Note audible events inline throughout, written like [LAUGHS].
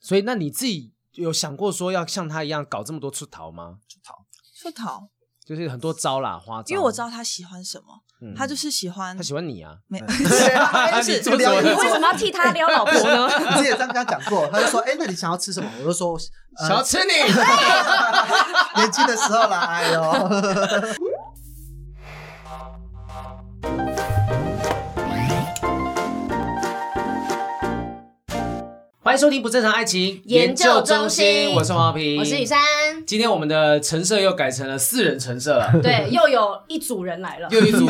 所以那你自己有想过说要像他一样搞这么多出逃吗？说逃，就是很多招啦，花招。因为我知道他喜欢什么，嗯他就是喜欢他喜欢你啊，没， [LAUGHS] 啊就你是做什么 [LAUGHS] 你为什么要替他撩 [LAUGHS] 老婆呢？ [LAUGHS] 你之前这样跟他讲过，他就说：“哎、那你想要吃什么？”我就说：“呃、想要吃你。年轻的时候啦，哎 [LAUGHS] 呦， [LAUGHS] 欢迎收听不正常爱情 [LAUGHS] 研究中心我是黄平，我是雨。珊，今天我们的陈设又改成了四人陈设了，对，又有一组人来了。又一组，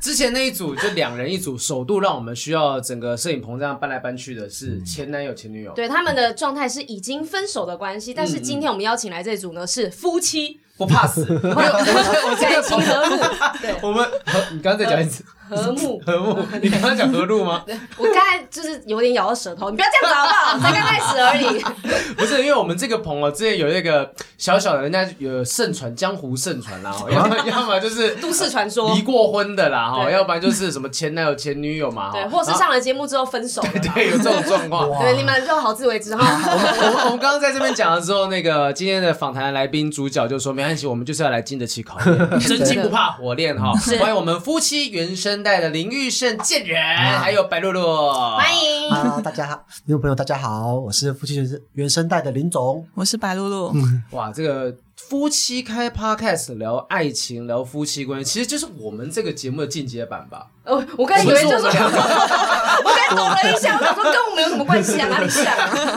之前那一组就两人一组，首度让我们需要整个摄影棚这样搬来搬去的是前男友前女友。对，他们的状态是已经分手的关系，但嗯是今天我们邀请来这组呢是夫妻，不怕 [LAUGHS] 死， [LAUGHS] 我我我这感个情朋友，和睦，对，我们和你刚刚再讲呃一次和睦。和睦，你刚刚讲和路吗？我刚才就是有点咬到舌头，你不要这样 [LAUGHS] 子好不好？才刚开始而已。不是，因为我们这个棚哦，之前有那个小小的，人家有盛传江湖盛传 [LAUGHS] 啦，哦要么要么就是都市传说离过婚的啦，哈，对要不然就是什么前男友前女友嘛，哈对，或是上了节目之后分手了。然后 [LAUGHS] 对有这种状况。哇 [LAUGHS] 对，你们就好自为之 [LAUGHS] 哈。我们我们我们刚刚在这边讲了之后，那个今天的访谈来宾主角就说没关系，我们就是要来经得起 [LAUGHS] 考验，真金不怕火炼哈。是欢迎我们夫妻原声带的林玉胜、贱人，还有白露露，欢。迎，哈喽，啊大家好，听众朋友大家好，我是夫妻原声原声带的林总， [LAUGHS] 我是白露露，哇，这个夫妻开 podcast 聊爱情，聊夫妻关系，其实就是我们这个节目的进阶版吧。哦，我刚才以为就是我我，们是我们我刚才抖了一下，我想说跟我们有什么关系啊？哪里像 啊？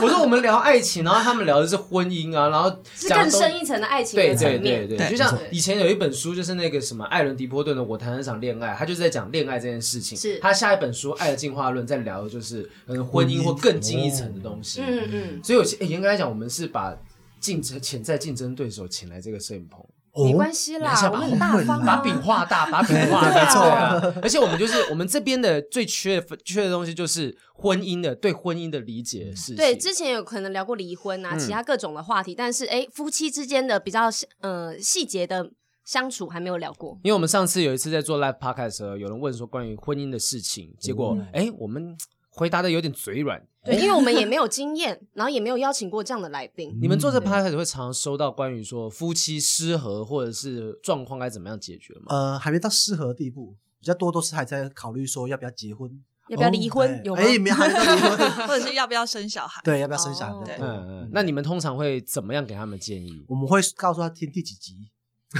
[LAUGHS] [LAUGHS] 我说我们聊爱情，然后他们聊的是婚姻啊，然后是讲更的都深一层的爱情对的层对面。对对，对就像以前有一本书，就是那个什么艾伦·迪波顿的《我谈了场恋爱》，他就是在讲恋爱这件事情。是他下一本书《爱的进化论》在聊的就是可能婚姻或更进一层的东西。嗯嗯，所以有些、诶严格来讲，我们是把竞争潜在竞争对手请来这个摄影棚，没哦，关系拿下啦，吧我们很大方把啊。饼画大，把饼画对大，没错对啊。而且我们就是我们这边的最缺缺的东西就是婚姻的对婚姻的理解嗯的事情。对，之前有可能聊过离婚嗯啊，其他各种的话题，但是哎，夫妻之间的比较呃细节的相处还没有聊过。因为我们上次有一次在做 live podcast 的时候，有人问说关于婚姻的事情，结果嗯哎、诶我们回答的有点嘴软。对，因为我 [LAUGHS] 们也没有经验，然后也没有邀请过这样的来宾。你们做这 podcast 会常常收到关于说夫妻失和或者是状况该怎么样解决吗？呃，还没到适合的地步，比较多都是还在考虑说要不要结婚，要哦不要离婚哎？有吗？哎， [LAUGHS] 没有还没到离婚，或者是要不要生小孩？对，要不要生小孩？哦对嗯嗯，那你们通常会怎么样给他们建 [LAUGHS] 议？我们会告诉他听第几集，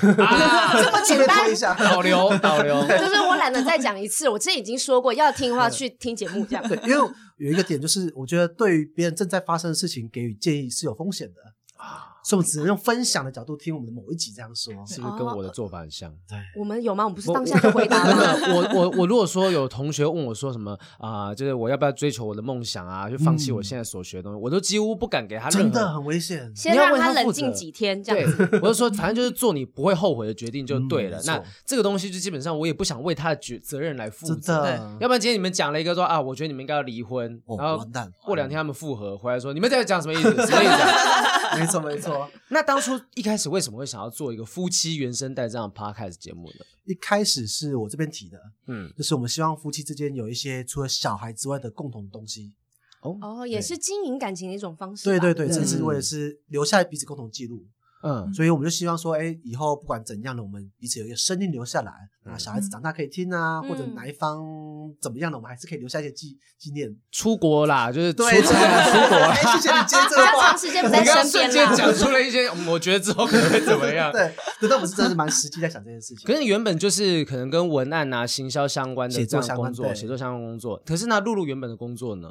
啊这么顺简便单推一。下。导流导流，就是我懒得再讲一次，我之前已经说过，要听的话嗯去听节目这样。对，因为有一个点就是，我觉得对于别人正在发生的事情给予建议是有风险的所以我们只能用分享的角度听我们的某一集这样说。啊是不是跟我的哦做法很像？我们有吗？我们不 [LAUGHS] 是当下就回答真吗？的，我我我如果说有同学问我说什么啊、就是我要不要追求我的梦想啊，就放弃我现在所学的东西，我都几乎不敢给他任嗯真何的啊很危险。先你要让为他冷负责静几天这对样子。，我就说，反正就是做你不会后悔的决定就对了。嗯没错那这个东西就基本上我也不想为他的决责任来负真责。的，啊要不然今天你们讲了一个说啊，我觉得你们应该要离婚，哦然后完蛋过两天他们复合回来说，你们在讲什么意思？什么意思 [LAUGHS] 啊、没错没错。那当初一开始为什么会想要做一个夫妻原声带这样的 podcast 节目呢？ [LAUGHS] 一开始是我这边提的，嗯，就是我们希望夫妻之间有一些除了小孩之外的共同东西。哦，哦，也是经营感情的一种方式对吧。对对，不甚至嗯为了是留下彼此共同记录，嗯，所以我们就希望说，哎，以后不管怎样的，我们彼此有一个声音留下来，啊，嗯小孩子长大可以听啊，嗯或者哪一方怎么样的，我们还是可以留下一些纪纪念。出国啦，就是出对，出 [LAUGHS] 国 [LAUGHS] 哎，啦。谢谢 [LAUGHS] 你接这比个较话长。时间不你在刚刚身瞬边间啦。讲出了一些，嗯我觉得之后可能会怎么样？对，对，但我们是真的蛮实际在想这件事情。可是你原本就是可能跟文案啊、行销相关的写这作样的相工关作，对写作相关工作。可是那露露原本的工作呢？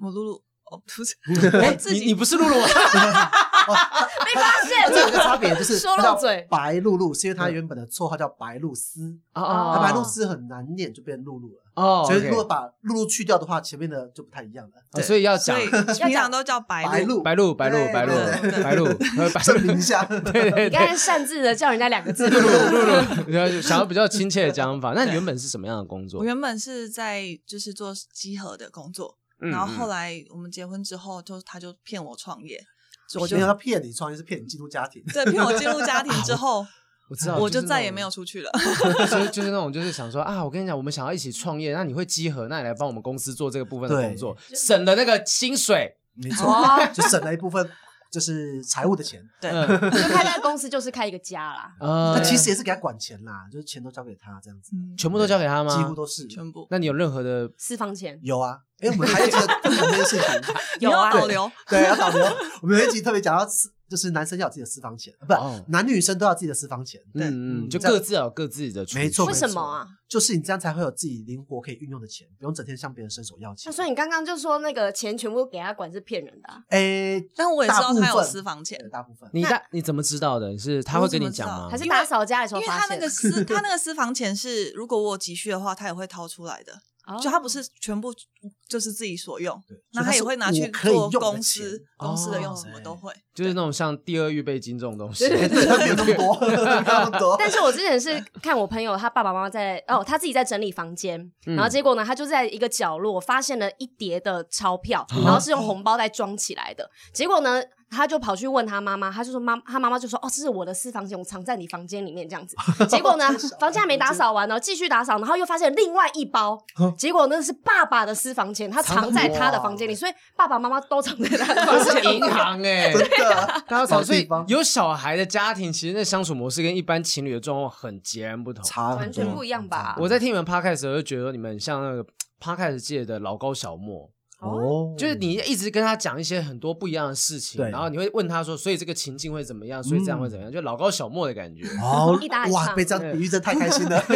我露露哦，不是，哎我 [LAUGHS] 自你你己不是露啊露吗？被发这有一现，个差别就是 [LAUGHS] 说她叫漏嘴白露露是因为嗯她原本的绰号叫白露丝，哦那白露丝很难念，就变露露了。哦，所以 OK 如果把露露去掉的话，前面的就不太一样了。哦所以要讲所以要讲都叫白 [LAUGHS] 白露，露，白露、白露、对白露对、对白露、呃白证露，明一下， [LAUGHS] [LAUGHS] 对对你刚对，才擅自的叫人家两个字，露露露露， [LAUGHS] 然后想要比较亲切的讲法。那你原本是什么样的工作我？原本是在就是做集合的工作，嗯然后后嗯来我们结婚之后，就他就骗我创业，所以我我觉就得他骗你，创业是骗你进入家庭。对骗我进入家庭之后，嗯我知道，我就就是再那也种没有，出去了。 [LAUGHS] 就是就是那种就是想说啊，我跟你讲，我们想要一起创业，那你会集合，那你来帮我们公司做这个部分的对工作，省了那个薪水。没错，哦，就省了一部分就是财务的钱。对，嗯就开在公司就是开一个家啦。那呃，其实也是给他管钱啦，就是钱都交给他这样子，嗯全部都交给他吗？几乎都是全部那你有任何的私房钱有啊。哎，我们还有一个不同的事情，有啊你要导流，对，要导流。我们有一集特别讲到私，就是男生要有自己的私房钱，呃不，哦男女生都要有自己的私房钱。嗯嗯，嗯就这样各自要有各自的出没错，处为什没错么啊？就是你这样才会有自己灵活可以运用的钱，不用整天向别人伸手要钱那。所以你刚刚就说那个钱全部给他管是骗人的啊、哎， [LAUGHS] 但我也知大道部他有分私房钱对，大部分你大你怎么知道的？是他会跟你讲吗我还？是因为打扫家的时因为候发他那现个？私他那个私房钱是，如果我有急需的话，他也会掏出来的，哦就他不是全部就是自己所用，对，那他也会拿所去以它是我可以做用的公钱司公司的用哦什么都会。就是那种像第二预备金这种东西，对对，没有那么多， [LAUGHS] 没有那么多。 [LAUGHS] 但是我之前是看我朋友他爸爸妈妈在哦，他自己在整理房间，嗯然后结果呢，他就在一个角落发现了一叠的钞票，啊然后是用红包袋装起来的。结果呢，他就跑去问他妈妈，他就说妈，他妈妈就说哦，这是我的私房钱，我藏在你房间里面这 [LAUGHS] 样子。结果呢，房间还没打扫完呢，继续打扫，然后又发现另外一包啊，结果那是爸爸的私房钱，他藏在他的房间里，所以爸爸妈妈都藏在 [LAUGHS] 他的房这间是里银。行哎、真 [LAUGHS] 的，啊大家找所地以方有小孩的家庭，其实那相处模式跟一般情侣的状况很截然不同。差很完全多不一样啊吧哦我在听你们 podcast 的时候，就觉得你们很像那个 podcast 界的老高小莫，哦，就是你一直跟他讲一些很多不一样的事情，对然后你会问他说，所以这个情境会怎么样，所以这样会怎么样，就老高小莫的感觉。哦一打一哇，唱被这样比喻真的太 [LAUGHS] 开心了， [LAUGHS]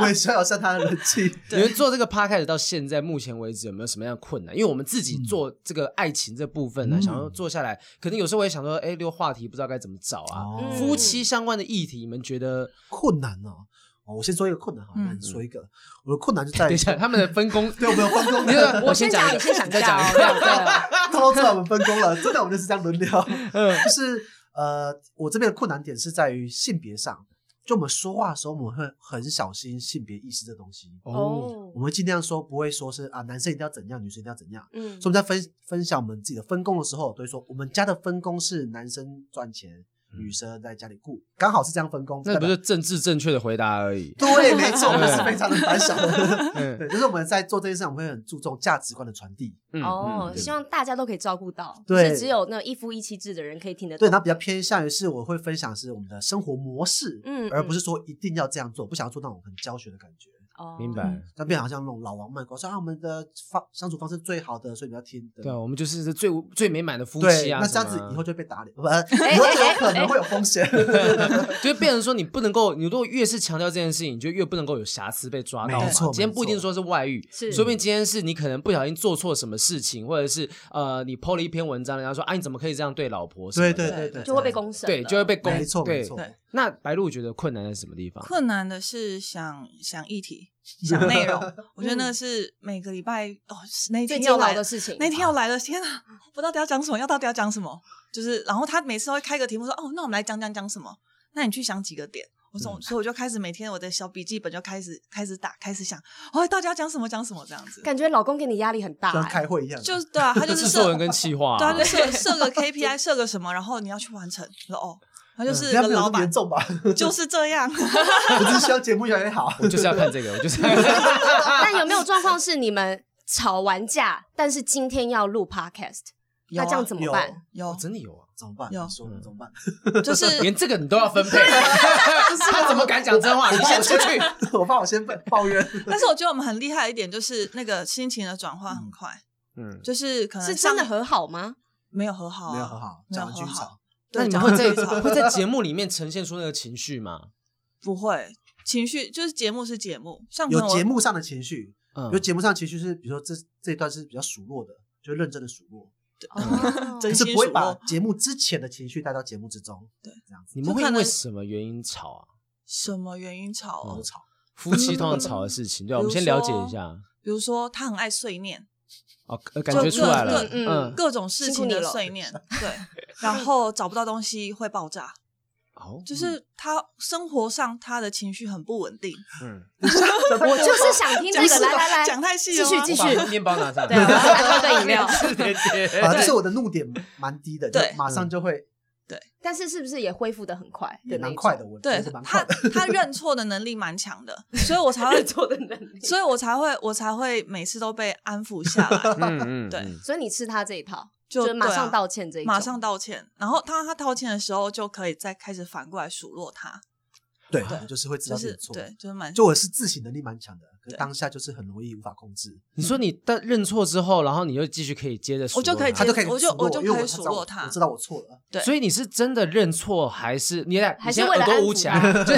我也需要像他的人气。你们做这个 podcast 到现在目前为止有没有什么样的困难？因为我们自己做这个爱情这部分呢，嗯想要做下来，可能有时候我也想说，哎，这个话题不知道该怎么找啊。哦嗯夫妻相关的议题，你们觉得？困难哦，哦我先说一个困难好了，那嗯你说一个，我的困难就在 [LAUGHS] 等于一，下，他们的分工，对，我们有分工 [LAUGHS] 你 [LAUGHS] 就的，我先讲一个，你先想一再下讲哦一不个。要再了偷出来我们分工了，真的，我们就是这样轮流， [LAUGHS] 嗯就是呃，我这边的困难点是在于性别上，就我们说话的时候，我们会很小心性别意识这东西。 [LAUGHS] 哦，我们会尽量说，不会说是啊，男生一定要怎样，女生一定要怎样。嗯所以我们在分分享我们自己的分工的时候，都会说我们家的分工是男生赚钱，嗯女生在家里顾，刚哦好是这样分工。那不是政治正确的回答而已。对，没错， [LAUGHS] 对就是非常的反小的。 [LAUGHS] 嗯对，就是我们在做这件事，我们会很注重价值观的传递。嗯哦，嗯希望大家都可以照顾到，对是只有那一夫一妻制的人可以听得对，懂。然后比较偏向于是我会分享是我们的生活模式，嗯而不是说一定要这样做，不想要做那种很教学的感觉。哦明白。嗯那变好像那种老王卖瓜，说啊我们的方相处方式最好的，所以你要听的。对啊，我们就是最最美满的夫对妻啊。那这样子什么啊以后就会被打 [LAUGHS] 脸，不，以后就有可能会有风 [LAUGHS] 险。就变成说，你不能够，你如果越是强调这件事情，你就越不能够有瑕疵被抓到嘛。没错今天没不一定说是外遇，是说不定今天是你可能不小心做错什么事情，或者是呃，你 PO 了一篇文章，人家说啊，你怎么可以这样对老婆什么对的？对对对对对，就会被公审了，对，就会被攻。没错对没错。对那白鹿觉得困难在什么地方？困难的是想想议 [LAUGHS] 题、想内容，我觉得那个是每个礼拜哦，是那一最天煎要熬来的事情。那天要来了，天啊，我到底要讲什么？要到底要讲什么？就是，然后他每次都会开个题目说，哦，那我们来讲讲讲什么？那你去想几个点。我说，嗯所以我就开始每天我的小笔记本就开始开始打，开始想，哦，到底要讲什么讲什么这样子。感觉老公给你压力很大像欸，开会一样，就是对啊， [LAUGHS] 他就是制设作人跟企划、对啊，就设设 [LAUGHS] 个 KPI，设个什么，然后你要去完成。我说哦，他就是不要个嗯没有那老么板严，重吧？ [LAUGHS] 就是这样。 [LAUGHS] 我只是希望节目越来越好。我就是要看这个， [LAUGHS] 我 [LAUGHS] 就是要看但有没有状况是你们吵完架，但是今天要录 podcast，有啊 [LAUGHS] 那这样怎么办？[LAUGHS] 有，真的有啊，怎么办？有嗯你说怎么办？ [LAUGHS] 就 [LAUGHS] 是连这个你都要分配，他怎么敢讲真话？你先出去。我怕我先 [LAUGHS] 被抱怨。但是我觉得我们很厉害的一点就是那个心情的转换很快，嗯，就是可能是真的上和好吗？没有和好啊，没有很好，没有讲完和继续好吵。。那对你们讲会完在继续吵 [LAUGHS] 会在节目里面呈现出那个情绪吗？不会情绪就是节目是节目，像可有能我节目上的情绪，嗯有节目上的情绪是，比如说这这一段是比较数落的，就认真的数落，哦真可心是不会数把落节目之前的情绪带到节目之中。对，这样子你们会因为什么原因吵啊？什么原因吵嗯哦？吵。夫妻通常吵的事情，对啊，我们先了解一下。比如说他很爱碎念，哦，呃感觉出来了就，各嗯，各种事辛苦情你的了碎 [LAUGHS] 念，对，然后找不到东西会爆炸。哦，就是他生活上他的情绪很不稳定。嗯，我 [LAUGHS] 就是想听这讲个，太来来来，讲太细哦继了续吗继续把。面包拿上 [LAUGHS] 对，我要来喝个饮料。是姐姐啊，就是我的怒点蛮低的，就对嗯马上就会但是是不是也恢复的很快？也蛮快的，，我觉对得蛮 [LAUGHS] 他快的。他认错的能力蛮强的，所以我才会，做的能力。所以我才会我才会每次都被安抚下来，嗯嗯，对嗯 [LAUGHS] 所以你吃他这一套，就就是马对啊上道歉这一种，马上道歉，然后当他道歉的时候，就可以再开始反过来数落他，对，对我就是会就知道自是己错。对，就是蛮就我是自省能力蛮强的，可是对当下就是很容易无法控制。你说你但认错之后，然后你又继续可以接着数落他，我就可以他接就可以我就数落我就因为可以我知道数落我他我知道我错 [LAUGHS] 了，对所以你是真的认错，还是你俩还是你现在为了耳安朵抚捂起来？他就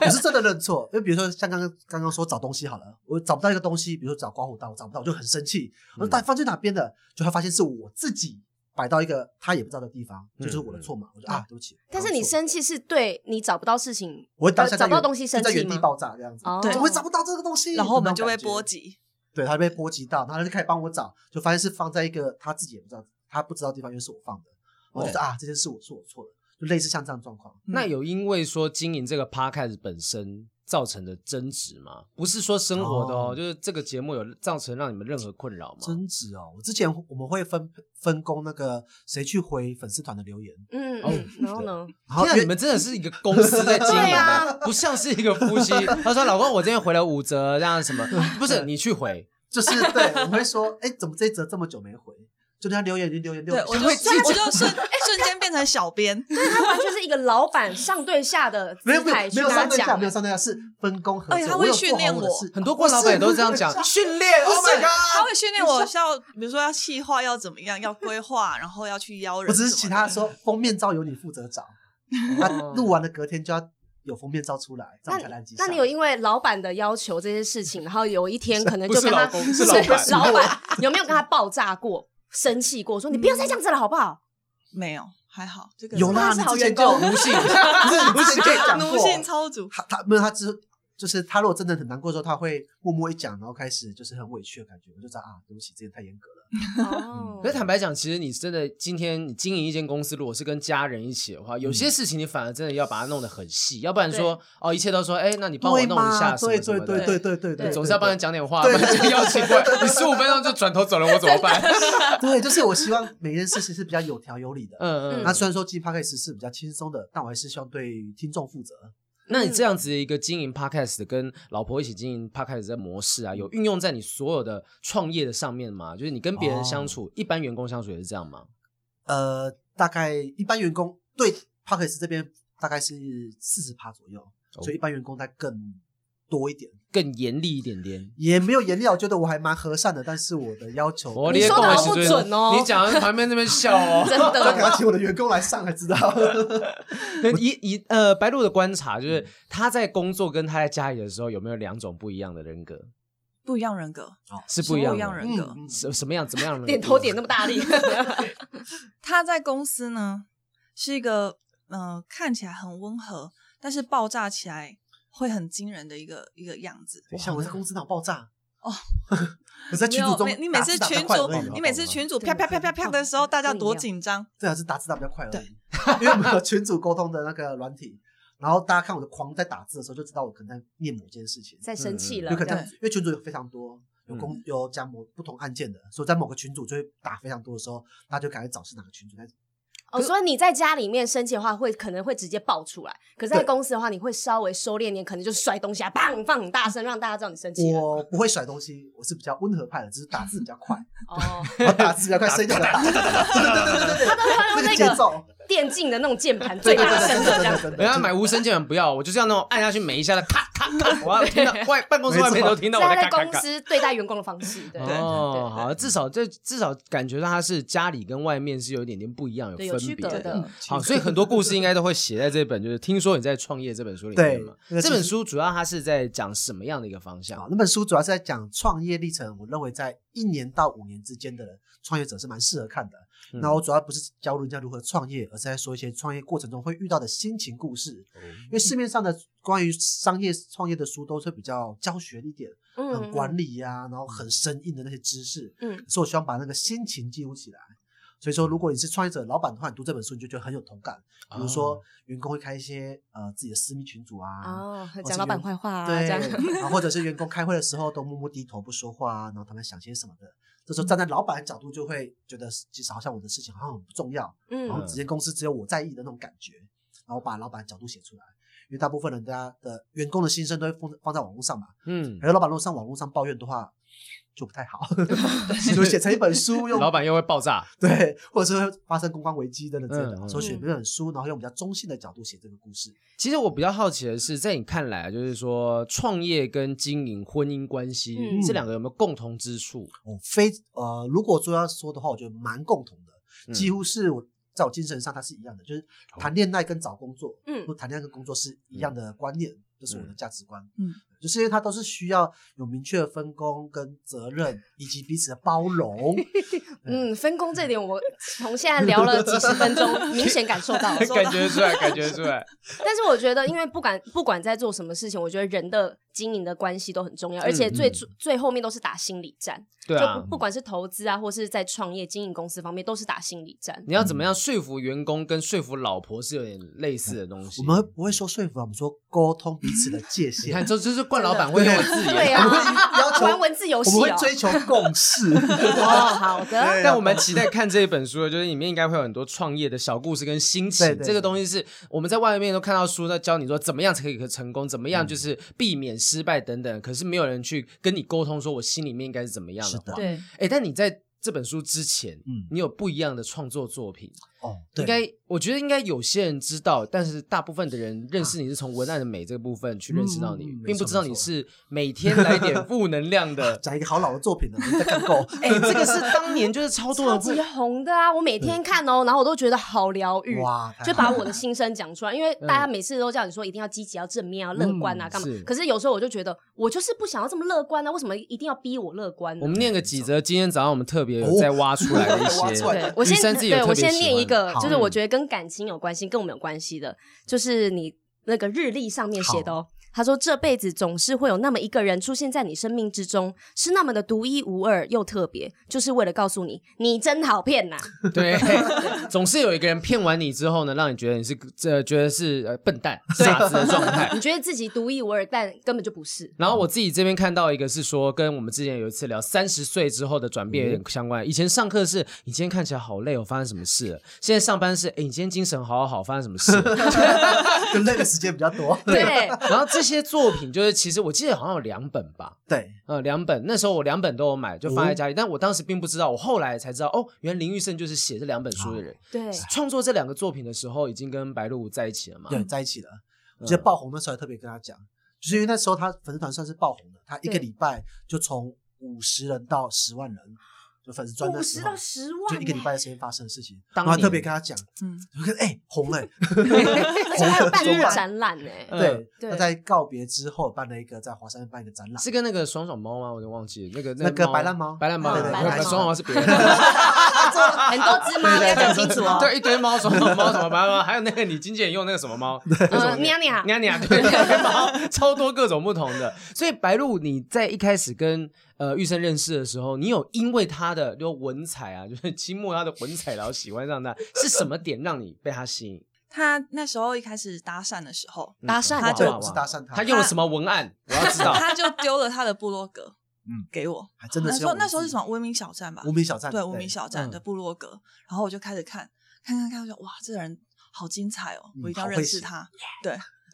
我是真的认错。因为比如说像刚刚刚刚说找东西好了，我找不到一个东西，比如说找刮胡刀，我找不到，我就很生气。我说嗯到底放去哪边的？就会发现是我自己摆到一个他也不知道的地方，嗯这就是我的错嘛。我说啊，对不起。但是你生，生气是对你找不到事情，我会当呃下在找不到原东西生就在气原地吗？爆炸这样子，哦怎么会找不到这个东西？然后我们那种就会感觉波，及，对，他被波及到，然后他就开始帮我找，就发现是放在一个他自己也不知道他不知道的地方，因为是我放的。我就哦嗯说啊，这件事我是我错了，就类似像这样的状况。那有因为说经营这个 podcast 本身造成的争执吗？不是说生活的哦，哦就是这个节目有造成让你们任何困扰吗？争执哦，我之前我们会分分工那个谁去回粉丝团的留言，嗯哦嗯，然后呢？然后天啊，因为你们真的是一个公司在经营对啊的，不像是一个夫妻。他说：“老公，我这边回了五折，这样什么？不是你去回， [LAUGHS] 就是对，我们会说，哎，怎么这一则这么久没回？就他留言已经留言六对年，我就我就瞬瞬间变成小 [LAUGHS] 编，他完全是一个老板上对下的没姿有没有态去没跟有他上对下，讲没有。上对下是分工合而且作。他我会有训做好练我的我事很多惯老板也都这样讲。训练，Oh my god！他会训练我是要，比如说要细化要怎么样，要规划，然后要去邀人我什么的。只是请他说封面照由你负责找，他录完了隔天就要有封面照出来，这那样才来及上。那你有因为老板的要求这些事情，然后有一天可能不就是啊跟他老公是老板是老板 [LAUGHS] 有没有跟他爆炸过、生气过，说你不要再这样子了，好不好？没有，还好这个有啦，那你是好之前员就工奴性，不是奴性就讲哦过，奴性超足，他他没有他之就是他如果真的很难过的时候，他会默默一讲，然后开始就是很委屈的感觉，我就知道啊，对不起，之前太严格了。哦可哎是坦白讲，其实你真的今天你经营一间公司，如果是跟家人一起的话，有嗯些事情你反而真的要把它弄得很细，要不然说哦，一切都说哎，那你帮我对弄嘛一下什么对什么对的，对对对对对，总是要帮人讲。讲点话，不对然就要奇怪，你十五分钟就转头走了，我怎么办？对，就是我希望每件事情是比较有条有理的。嗯嗯，那虽然说鸡趴开始是比较轻松的，但我还是希望对听众负责。那嗯你这样子的一个经营 podcast 跟老婆一起经营 podcast 的模式啊，有运用在你所有的创业的上面吗？就是你跟别人相处，一般员工相处也是这样吗？呃，大概一般员工对 p a c k e s 这边大概是四十趴左右，哦所以一般员工在更多一点，更严厉一点点。也没有严厉啊，我觉得我还蛮和善的，但是我的要求，我你说跟的我好一起不追准哦你讲旁边那边笑哦 [LAUGHS] [LAUGHS] 。真 [LAUGHS] 那可能要的，请我的员工来上才知 [LAUGHS] 道。那以以呃白鹿的观察，就是他在工作跟他在家里的时候，有没有两种不一样的人格？不一样人格，是是不不一样的，人格。嗯什什么样？怎么样的？点头点那么大力，他在公司呢是一个呃看起来很温和，但是爆炸起来会很惊人的一个一个样子。等一下，我在公司脑爆炸哦， [LAUGHS] 我在群没组有，中每，你每次打字打群得快主而已嘛，你每次群主啪啪啪啪啪的时候，大家多紧张。最好是打字打比较快而已，因为我们有群主沟通的那个软体，然后大家看我的狂在打字的时候，就知道我可能在念某件事情， [LAUGHS] 在生气了嗯有可，能对因为群主有非常多。有公有讲某不同案件的，所以在某个群组就会打非常多的时候，大家就赶快找是哪个群组在。哦，所以你在家里面生气的话，会可能会直接爆出来；可是在对公司的话，你会稍微收敛一点，可能就摔东西啊，砰放很大声，让大家知道你生气了。我不会甩东西，我是比较温和派的，只是打字比较 [LAUGHS] 快，哦，然后打字比较快，声音就来了对对对对对对对，他那都会个用那节个奏，电竞的那种键盘对最对对大对声的这样对。对对， [LAUGHS] 人家买无声键盘不要，我就是要那种按下去每一下的咔咔咔，我要听到外办公室外面都听到是我 [LAUGHS] 他在在咔咔公咔。司对待员工的方式，对对哦，对好，至少这至少感觉到他是家里跟外面是有一点点不一样，有对有分区别隔的。嗯的。好，所以很多故事应该都会写在这本，就是听说你在创业这本书里面对嘛。那个这本就是书主要它是在讲什么样的一个方啊向，？那本书主要是在讲创业历程，我认为在一年到五年之间的创业者是蛮适合看的。嗯那我主要不是教人家如何创业，而是在说一些创业过程中会遇到的心情故事。哦因为市面上的关于商业创业的书都是比较教学一点，嗯很管理呀、然后很生硬的那些知识。嗯，所以我希望把那个心情记录起来。所以说，如果你是创业者、老板的话，你读这本书你就觉得很有同感。比如说哦，员工会开一些呃自己的私密群组啊，哦，这讲个老板坏话啊，对，这样。 [LAUGHS] 然后或者是员工开会的时候都默默低头不说话啊，然后他们想些什么的，这嗯时候站在老板的角度，就会觉得其实好像我的事情好像很不重要，然后嗯之间公司只有我在意的那种感觉，然后把老板的角度写出来。因为大部分人大家的员工的心声都会放放在网络上嘛，嗯可，是老板如果上网络上抱怨的话，就不太 [LAUGHS] 好，就写成一本书，用 [LAUGHS] 老板又会爆炸，对，或者是会发生公关危机等等之类嗯的，嗯所以写一本书，然后用比较中性的角度写这个故事。其实我比较好奇的是，在你看来，啊就是说创业跟经营婚姻关系、嗯这两个有没有共同之 [LAUGHS] 处？哦，非呃，如果说要说的话，我觉得蛮共同的，嗯几乎是我在我精神上它是一样的，就是谈恋爱跟找工作，嗯或谈恋爱跟工作是一样的观念，这是我的价值观。嗯，就是因为它都是需要有明确的分工跟责任，以及彼此的包容。嗯，分工这点我从现在聊了几十分钟，明显感受到 [LAUGHS] 了。感觉出来，感觉出来。但是我觉得，因为不管不管在做什么事情，我觉得人的经营的关系都很重要，而且最、最后面都是打心理战，对就啊不，不管是投资啊，或是在创业经营公司方面，都是打心理战。你要嗯怎么样说服员工跟说服老婆是有点类似的东西。我们不会说说服啊，我们说沟通彼此的界限。你看，这这是冠老板会用的字眼， [LAUGHS] 对啊我们会要求玩文字游戏我们哦会追求共识。 [LAUGHS] 哦，好的，对但我们期待看这一本书的，就是里面应该会有很多创业的小故事跟心情对。对这个东西是我们在外面都看到书在教你说怎么样才可以成功，怎么嗯样就是避免失败等等。可是没有人去跟你沟通，说我心里面应该是怎么样是的的话。对，哎，但你在这本书之前，嗯你有不一样的创作作品，哦，对，应该我觉得应该有些人知道，但是大部分的人认识你是从文案的美这个部分去认识到你嗯嗯，嗯并不知道你没错。是每天来点负能量的 [LAUGHS] 讲一个好老的作品了，没再看 [LAUGHS] 够。哎，这个是当年就是超多超人会级红的啊！我每天看哦，然后我都觉得好疗愈，哇，太就好把了我的心声讲出来，因为大家每次都叫你说一定要积极、要正面、要乐观啊，嗯干嘛是？可是有时候我就觉得，我就是不想要这么乐观啊，为什么一定要逼我乐观呢我？们念个几则，今天早上我们特别有再挖出来的一哦 [LAUGHS] 挖出些来。对我先女生自己有对特我别先喜嗯念一个，好就是我觉得跟感情有关系，跟我们有关系的，就是你那个日历上面写的哦。他说：“这辈子总是会有那么一个人出现在你生命之中，是那么的独一无二又特别，就是为了告诉你，你真好骗呐、对，总是有一个人骗完你之后呢，让你觉得你是呃觉得是呃笨蛋、对傻子的状态。你觉得自己独一无二，但根本就不是。然后我自己这边看到一个是说，跟我们之前有一次聊三十岁之后的转变有点相关。以前上课是你今天看起来好累哦，发生什么事了？现在上班是哎，你今天精神好好好，发生什么事了？ [LAUGHS] 就累的时间比较多。对，然后这些作品就是，其实我记得好像有两本吧，对，呃，两本，那时候我两本都有买，就放在家里，但我当时并不知道，我后来才知道，哦，原来林玉胜就是写这两本书的人。啊对，创作这两个作品的时候，已经跟白鹿在一起了嘛？对，在一起了。嗯我记得爆红那时候还特别跟他讲，就是因为那时候他粉丝团算是爆红的，他一个对礼拜就从五十人到十万人，就粉丝专的五时十候到，十就万欸一耶、个礼 [LAUGHS] 拜的时间发生的事情，当然后还年特别跟他讲，嗯，我看哎红 [LAUGHS] 了， [LAUGHS] 而且还有办红日了展览 [LAUGHS] 呢、嗯对，对他在告别之后办了一个在华山办一个展览，是跟那个爽爽猫吗？我有点忘记了那个那个猫白烂猫白烂猫，对白对白烂烂猫爽爽猫是别人的，很多只猫，你 [LAUGHS] [LAUGHS] 要讲清楚哦。对，一堆猫，爽爽猫什么白烂猫，还有那个你经纪人用那个什么猫，呃，[LAUGHS] 嗯喵喵，娘娘对，两个猫超多各种不同的。所以白鹿，你在一开始跟呃玉生认识的时候，你有因为他的就文采啊，就是 [LAUGHS] 清末他的文采，然后喜欢上他，是什么点让你被他吸引？嗯他那时候一开始搭讪的时候，搭讪他他就就只搭讪他他用了什么文案？我要知道。他就丢了他的部落格，嗯给我。还真的那是时候那时候是什么？无名小站吧无？名小站，对，无名小站嗯的部落格。然后我就开始看，看看看，我就哇，这个人好精彩哦，嗯我一定要好会认识写他。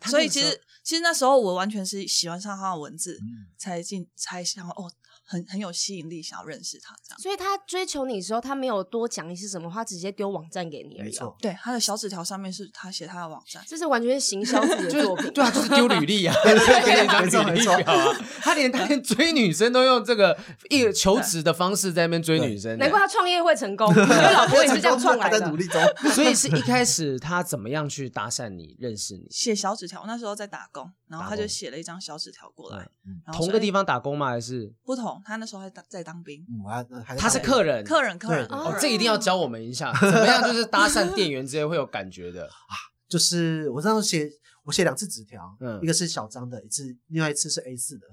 他所那以个其时候实其实那时候我完全是喜欢上他的文字，嗯才进才想哦，很很有吸引力，想要认识他这样。所以他追求你的时候，他没有多讲一些什么，他直接丢网站给你而没已、 [LAUGHS] 哦。错，对，他的小纸条上面是他写他的网站，这是完全是行销自己 [LAUGHS] 的作品，对啊，就是丢履历啊，给你一没错张履没历错表啊。他连他连追女生都用这个一求职的方式在那边追女生，难怪他创业会成 [LAUGHS] 功，因为老婆也是这样创来还在努的。力中，嗯所以是一开始他怎么样去搭讪你、认识你？写小纸条。我那时候在打工，然后打他就工嗯写了一张小纸条过来，然后同说个哎地方打工吗？还是不同，他那时候还当在当兵，嗯，我还还在他是打客人？客人客人，对客哦人，这一定要教我们一下，怎么样就是搭讪店员之类会有感觉的。就是我上次写我写两次纸条，嗯一个是小张的，一次另外一次是 A 四的，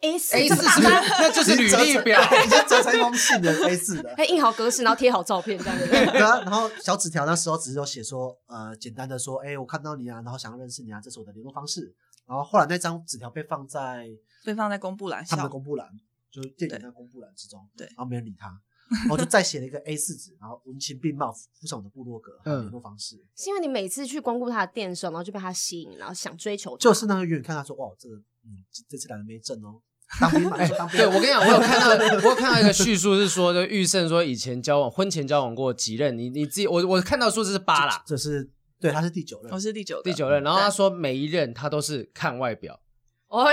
A 四 A 哎这四么哎是不大是张，那就是履历表，已经折成一封信的 A 四的。 [LAUGHS] 还印好格式，然后贴好照片这样子。对啊，然后小纸条那时候只是有写说，呃，简单的说，哎、我看到你啊，然后想要认识你啊，这是我的联络方式。然后后来那张纸条被放在 [LAUGHS] 被放在公布栏他们笑的。公布栏，就是店员的公布栏之中，对然后没人理他。然后就再写了一个 A 四纸，然后文情并茂附上我的部落格还有嗯联络方式。是因为你每次去光顾他的店的时候，然后就被他吸引，然后想追求他。就是那个远远看他说，哇，这个嗯这这次来的没证哦，当兵嘛，就当兵。哎对，我跟你讲，我有看到，我有看到一个叙述是说，就玉胜说以前交往婚前交往过几任，你你自己，我我看到说这是八啦，这是对，他是第九任我，是第九的，第九任，然后他说每一任他都是看外表，哦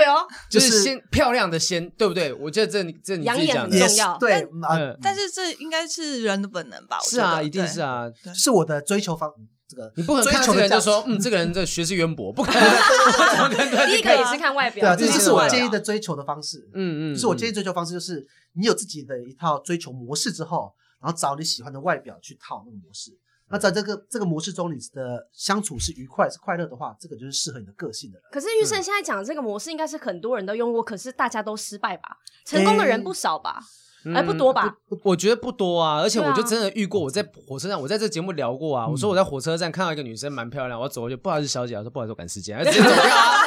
[LAUGHS] 哟，就就是是先漂亮的先，对不对？我觉得这这你养自己眼讲很的也重是要对但，嗯啊嗯，但是这应该是人的本能吧？我是啊，觉得一定是。啊，对是我的追求方嗯这个你不可能追看到求这个的人就价值说，嗯，这个人这学识渊博，不可能，不可能第一个也是看外对啊，表，这对就是对我对建议的追求的方式。嗯嗯，就是我建议嗯追求方式，就是你有自己的一套追求模式之后，然后找你喜欢的外表去套那个模式。那在这个这个模式中，你的相处是愉快、是快乐的话，这个就是适合你的个性的人。可是玉胜现在讲的这个模式，应该是很多人都用过，可是大家都失败吧？成功的人不少吧？哎，不多吧？我觉得不多啊，而且对啊我就真的遇过，我在火车站，我在这节目聊过啊。我说我在火车站看到一个女生蛮漂亮，我要走过去，不好意思，小姐，我说不好意思，我赶时间，直接走掉啊。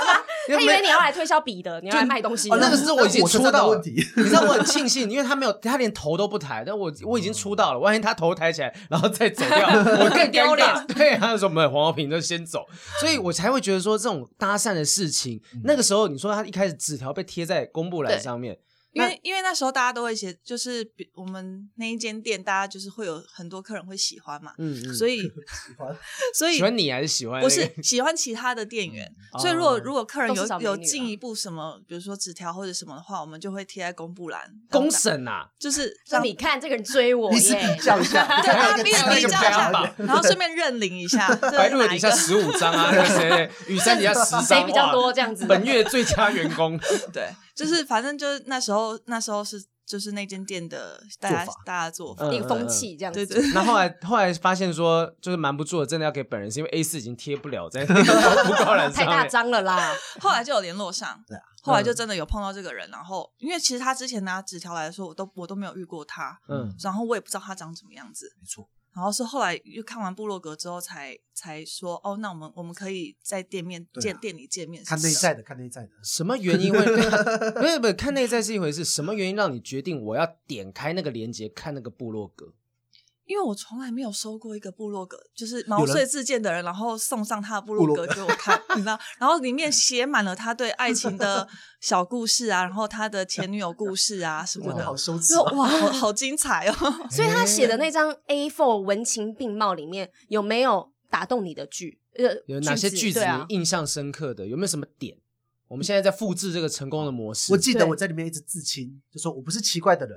因他以没为你要来推销笔的，你要来卖东西的。哦那个是我已经那出车站的道了问题。 [LAUGHS] 你知道我很庆幸，因为她没有，她连头都不抬，但我我已经出道了，万一她头抬起来，然后再走 [LAUGHS] 掉，我更尴丢尬脸。对，她就说没有，黄浩平就先走，所以我才会觉得说这种搭讪的事情，那个时候你说她一开始纸条被贴在公布栏上面，因为因为那时候大家都会写，就是比我们那一间店，大家就是会有很多客人会喜欢嘛，嗯嗯，[LAUGHS] 所以喜欢所以喜欢你还是喜欢那个 [LAUGHS] 不是喜欢其他的店员，哦所以如果如果客人都是有小美有女啊进一步什么，比如说纸条或者什么的话，我们就会贴在公布栏。公然后审啊呐？就是 [LAUGHS] 说让你看这个人追我你是耶比，较 [LAUGHS] 一下，对大还有家 [LAUGHS] 一个比还有一比个较排一行下榜，然后顺便认领 [LAUGHS] 一下，这白鹿的哪底一下个十五张啊，那个谁，雨山底下十张， [LAUGHS] 谁比较哇？多这样子？本月最佳员 [LAUGHS] 工，对，就是反正就是那时候那时候是就是那间店的大家做法大家做法，嗯一个风气这样对子。对对 [LAUGHS] 那后来后来发现说，就是瞒不住的，真的要给本人，是因为 A 四已经贴不了在那 [LAUGHS] 个布告栏啊太上大面。张了啦！嗯后来就有联络上，对啊后来就真的有碰到这个人，然后因为其实他之前拿纸条来说，我都我都没有遇过他，嗯，然后我也不知道他长什么样子，没错，然后是后来又看完部落格之后才才说，哦，那我们我们可以在店面对啊见、店里见面，看内在的，看内在的。什么原 [LAUGHS] 因会？不是不是，看内在是一回事，什么原因让你决定我要点开那个链接看那个部落格？因为我从来没有收过一个部落格，就是毛遂自荐的人，然后送上他的部落格给我看，你知道？然后里面写满了他对爱情的小故事啊，然后他的前女友故事啊什么我的，好羞耻就哦，哇，好好精彩哦！所以他写的那张 A4 文情并茂里面有没有打动你的句？呃，有哪些句子对你啊？印象深刻的？有没有什么点？我们现在在复制这个成功的模式。我记得对我在里面一直自清，就说我不是奇怪的 [LAUGHS] 人，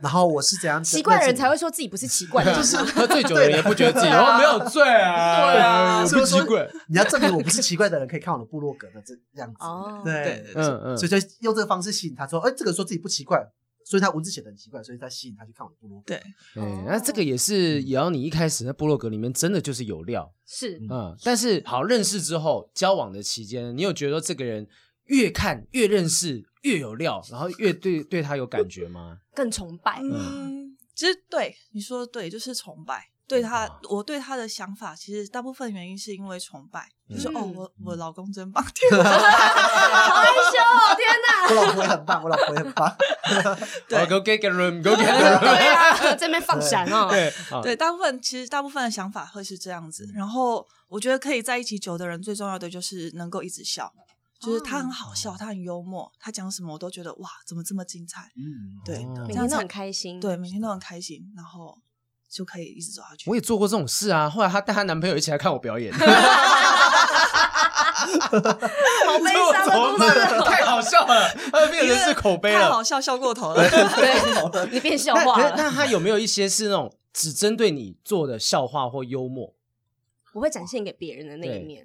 然后我是怎样奇怪的人才会。会说自己不是奇嗯怪的人，喝醉酒的人也不觉得自己哦没有醉啊， [LAUGHS] 对啊不奇怪。你要证明我不是奇怪的人，可以看我的部落格的这样子。哦对对，嗯嗯所以就用这个方式吸引他说，哎、这个人说自己不奇怪，所以他文字写的很奇怪，所以他吸引他去看我的部落格。对，对哦，哎那这个也是也要你一开始在部落格里面真的就是有料，是嗯嗯，但是好认识之后，交往的期间，你有觉得这个人越看越认识越有料，然后越对对他有感觉吗？更崇拜。 [LAUGHS] 嗯，其实对你说的对，就是崇拜。对他哇，我对他的想法，其实大部分原因是因为崇拜，就是嗯哦，我我老公真棒，啊好害羞哦！天哪，我老婆也很棒，我老婆也很棒。对哦，Go get a room，Go get [LAUGHS] a room。对啊，这边放闪哦。对，好对，大部分其实大部分的想法会是这样嗯子。然后我觉得可以在一起久的人，最重要的就是能够一直笑，就是他很好哦笑，他很幽默，他讲什么我都觉得哇，怎么这么精彩？ [LAUGHS] 嗯，对哦这每样天都才很开心。 [LAUGHS] 对，每天都很开心，然后就可以一直走下去我。也做过这种事啊。后来她带她男朋友一起来看我表演，好悲伤的故事哦。太好笑了，呃，变成是口碑太好了。哦笑，笑过头 [LAUGHS] 了。 [LAUGHS] 对，你变笑那话可是了。那他有没有一些是那种只针对你做的笑话或幽默？我会展现给别人的那一面，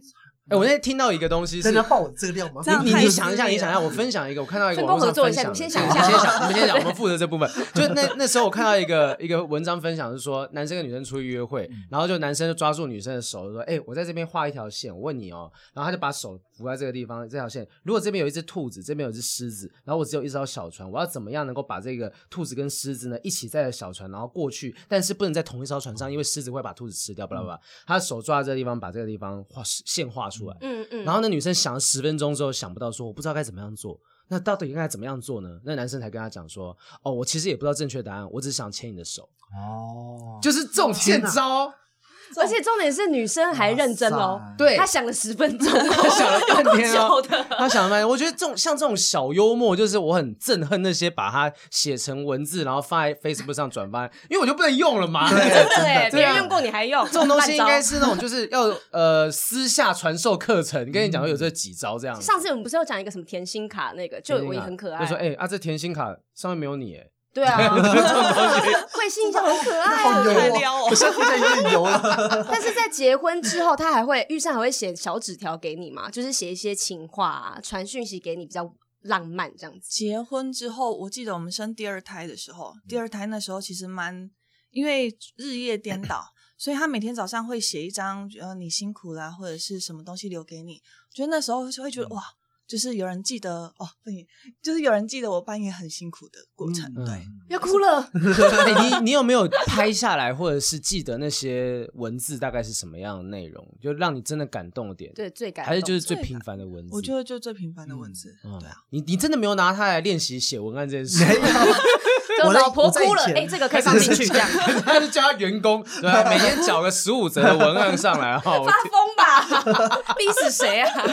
哎，我那天听到一个东西是真的要爆我这个料吗？这样你太你私想一下，密你想一下，了我分享一个，我看到一个分网络工合上作分一下享的，你先对想一下我们先想，我们先讲，我们负责这部 [LAUGHS] 分。就那那时候我看到一个一个文章分享是说，男生跟女生出去约会，嗯然后就男生就抓住女生的手说：“哎，我在这边画一条线，我问你哦。”然后他就把手扶在这个地方，这条线，如果这边有一只兔子，这边有一只狮子，然后我只有一艘小船，我要怎么样能够把这个兔子跟狮子呢一起载着小船，然后过去，但是不能在同一艘船上，因为狮子会把兔子吃掉，巴拉巴拉。他手抓着这个地方，把这个地方画线画出来。嗯嗯，然后那女生想了十分钟之后想不到，说我不知道该怎么样做，那到底应该怎么样做呢？那男生才跟他讲说，哦，我其实也不知道正确答案，我只是想牵你的手，哦，就是这种天贱哪招，而且重点是女生还认真哇哦塞，对她想了十分钟，他想了半天有哦够久的，他想了半天。我觉得这种像这种小幽默，就是我很憎恨那些把它写成文字，然后放在 Facebook 上转发，因为我就不能用了嘛。对真的 [LAUGHS] 哎，对别啊人用过你还用，这种东西应该烂是那种就是要呃私下传授课程，跟你讲有这几招这样招。子。上次我们不是有讲一个什么甜心卡那个，就我也很可爱就，说哎、啊，这甜心卡上面没有你哎，对啊， [LAUGHS] 会心一笑很可爱好啊，[LAUGHS] 油太 [LAUGHS] 哦撩哦我现在听起来有点油了。但是在结婚之后，他还会遇上还会写小纸条给你嘛，就是写一些情话、啊，传讯息给你，比较浪漫这样子。结婚之后，我记得我们生第二胎的时嗯候，第二胎那时候其实蛮，因为日夜颠 [LAUGHS] 倒，所以他每天早上会写一张，呃，你辛苦啦，或者是什么东西留给你。我觉得那时候就会觉嗯得哇，就是有人记得哦，对，就是有人记得我半夜很辛苦的过程。 [LAUGHS] 嗯对，要 [LAUGHS] 哭了，哎你你有没有拍下来，或者是记得那些文字大概是什么样的内容，就让你真的感动的点？，对，最感动还是就是最平凡的文字？我觉得就最平凡的文字，嗯对啊，你你真的没有拿它来练习写文案这件事， [LAUGHS] 没有，就我在老婆我在以哭了，前哎、这个可以放进 [LAUGHS] 去，这样他就叫他员工，对 [LAUGHS] 吧、每天缴个十五折的文案上来哦 [LAUGHS] 哈。我发疯吧， [LAUGHS] 逼死谁啊？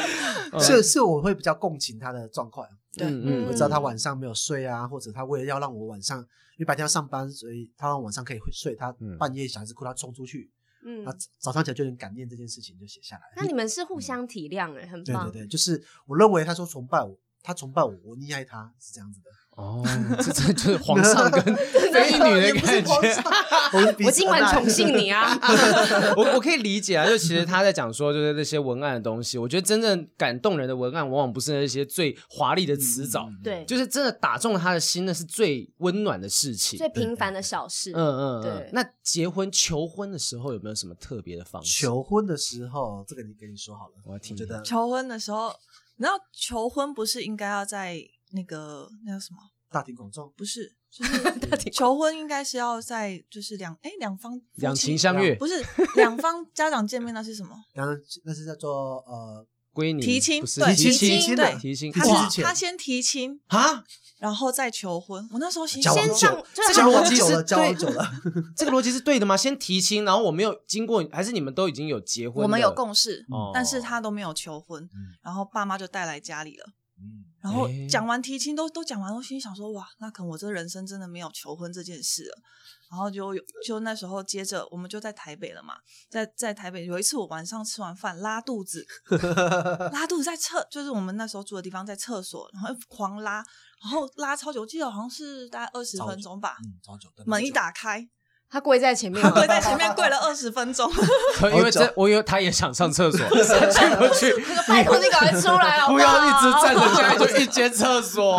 是是，我会比较共情他的状况。对嗯我知道他晚上没有睡啊，或者他为了要让我晚上，因为白天要上班，所以他让我晚上可以睡，他嗯半夜小孩子哭，他冲出去，嗯他，早上起来就很感念这件事情，就写下来。那你们是互相体谅哎、很对棒。对对，就是我认为他说崇拜我，他崇拜我，我溺爱他是这样子的。哦，这这就是皇上 [LAUGHS] 跟啊妃女的也不是感皇觉上。 [LAUGHS] 我是彼我此今恩晚爱宠幸 [LAUGHS] 你啊！ [LAUGHS] 我我可以理解啊，就其实他在讲说，就是那些文案的东西，我觉得真正感动人的文案，往往不是那些最华丽的辞嗯藻，对，就是真的打中了他的心，那是最温暖的事情。最平凡的小事，嗯嗯嗯对。那结婚求婚的时候有没有什么特别的方式？求婚的时候，这个你跟你说好了，我要听觉得求婚的时候，你知道求婚不是应该要在那个那叫什么？大庭广众，不是， [LAUGHS] 就是求婚应该是要在就是两哎两方夫妻两情相悦不是两方家长见面那是什 [LAUGHS] 么？然后那是叫做呃，归你提亲不是对提提亲亲对对提亲提他亲哇之前他先提亲，啊，然后再求婚。我那时候心交往先先上久，就是这交个往逻辑久是了，交往对久了， [LAUGHS] 这个逻辑是对的吗？先提亲，然后我没有经过，还是你们都已经有结婚的？我们有共识，哦，但是他都没有求婚，嗯然后爸妈就带来家里了。嗯然后诶讲完提亲都都讲完，我心里想说哇，那可能我这人生真的没有求婚这件事了。然后就有就那时候接着我们就在台北了嘛，在在台北有一次我晚上吃完饭拉肚子，拉肚子在厕就是我们那时候住的地方在厕所，然后狂拉，然后拉超久，我记得好像是大概二十超久分钟吧，嗯，交往久了，门一打开，他跪在前面吗， [LAUGHS] 跪在前面跪了二十分钟。 [LAUGHS] 可 [LAUGHS] 因为好这久，我以为他也想上厕 [LAUGHS] 所，他进不去，拜托你赶快出来好不好要一直站着， [LAUGHS] 家里就一间厕所。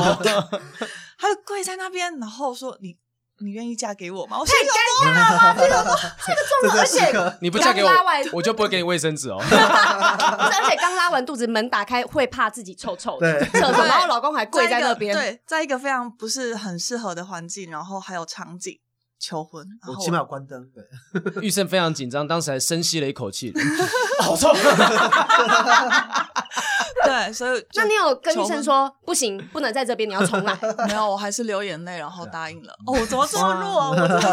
他就跪在那边，然后说：“你你愿意嫁给我吗？”我心里这而个时且刻你不嫁给我刚拉完，我就不会给你卫生纸哦。不是 [LAUGHS] 而且刚拉完肚子，门打开会怕自己臭臭的，对厕所，然后老公还跪在一个那边，，对，在一个非常不是很适合的环境，然后还有场景求婚，然我后起码有关灯，对，玉胜非常紧张，当时还深吸了一口气，好臭。。对，所以就那你有跟求医婚生说不行，不能在这边，你要重来。没有？我还是流眼泪，然后答应了。哦，我怎么这么弱啊？我真的是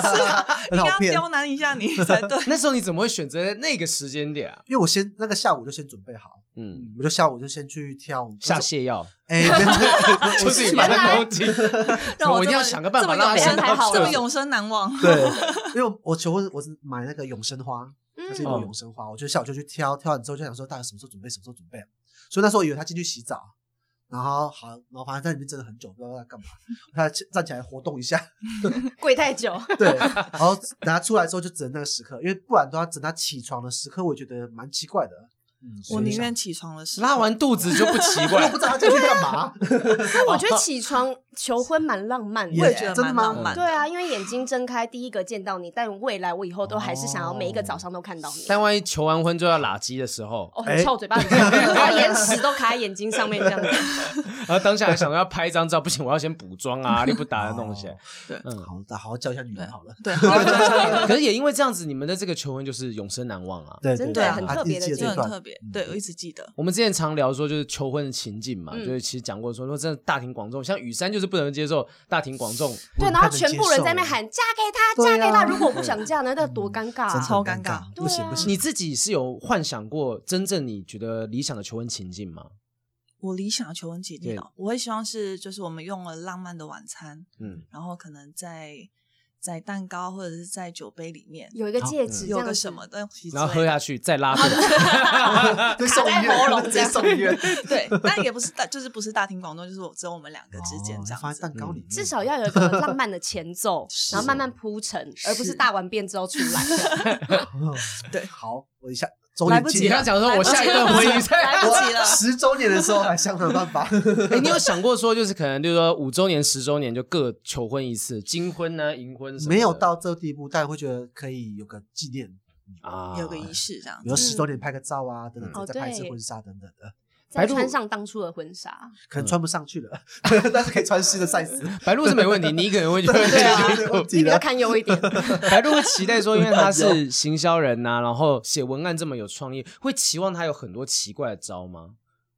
应很该好要骗刁难一下你才对 [LAUGHS] 那时候你怎么会选择那个时间点啊？因为我先那个下午就先准备好，嗯，嗯，我就下午就先去跳下，泻药，哎，对对 [LAUGHS] 对就我是是你把原来那东西， [LAUGHS] 让我一这定要么想个办这法么让他永先生还好这到么永生难忘。对，因为我求婚我是买那个永生花，它是一朵嗯永生花，我就下午就去挑，挑完之后就想说，大概什么时候准备，什么时候准备。所以那时候我以为他进去洗澡，然后好，然后反正在里面真的很久，不知道在干嘛。他站起来活动一下，跪太久，对，然后等他出来之后就只能那个时刻，因为不然的话，等他起床的时刻，我也觉得蛮奇怪的。嗯，所我以宁想愿起床的时候拉完肚子就不奇怪 [LAUGHS] 不。知道他进去干嘛，但我觉得起床求婚蛮浪漫我也的。觉得真的蛮吗浪漫对的。啊，因为眼睛睁开，第一个见到你，但未来我以后都还是想要每一个早上都看到你。但万一求完婚就要拉鸡的时候，哎哦，很臭，嘴巴很 [LAUGHS] 臭，然后眼屎都卡在眼睛上面这样子。然后当下还想要拍一张照，不行，我要先补妆啊，你不打的弄些。嗯 [LAUGHS] [LAUGHS] 好，那好好叫一下女人好了。对，好可是也因为这样子，你们的这个求婚就是永生难忘啊。对真的对，很他特一别直记得这的就一很特段，别，对我一直记得。我们之前常聊说，就是求婚的情境嘛，嗯就是其实讲过说，如果真的大庭广众，像雨珊就是不能接受大庭广众，对，然后全部人在那边喊嫁给他，嫁给对啊他。如果不想嫁呢，那多尴尬真的啊！超很尴尬尬，对不行啊不行，你自己是有幻想过真正你觉得理想的求婚情境吗？我理想的求婚情境对哦，我会希望是就是我们用了浪漫的晚餐，嗯，然后可能在在蛋糕或者是在酒杯里面嗯有一个戒指，有个什么东西之类嗯的，然后喝下去再拉肚子，对送医卡在喉院，咙直接送医院，对，但也不是大，就是不是大庭广众，就是我只有我们两个之间哦这样放子，在。蛋糕里面，[LAUGHS] 至少要有一个浪漫的前奏是然后慢慢铺陈，而不是是大完便之后出来。嗯对好，我一下周来年不纪你及念刚讲了说我下一段婚姻在。来不及了十周年的时候还想想办法。 [LAUGHS] 哎，你有想过说，就是可能，就是说五周年、十周年就各求婚一次，金婚呢、银婚什么的 [LAUGHS] 没有到这地步，但会觉得可以有个纪念，啊，有个哎仪式这样比子，如十周年拍个照啊，等等，嗯哦再拍一次对婚纱等等的，白鹿再穿上当初的婚纱，可能穿不上去 [LAUGHS] 了，但是可以穿新的 size。白鹿是没问题，你可能会觉得 [LAUGHS] 对啊没问你题比较了。堪忧 [LAUGHS] 一点。嗯白鹿会期待说，因为他是行销人呐、然后写文案这么有创意，会期望他有很多奇怪的招吗？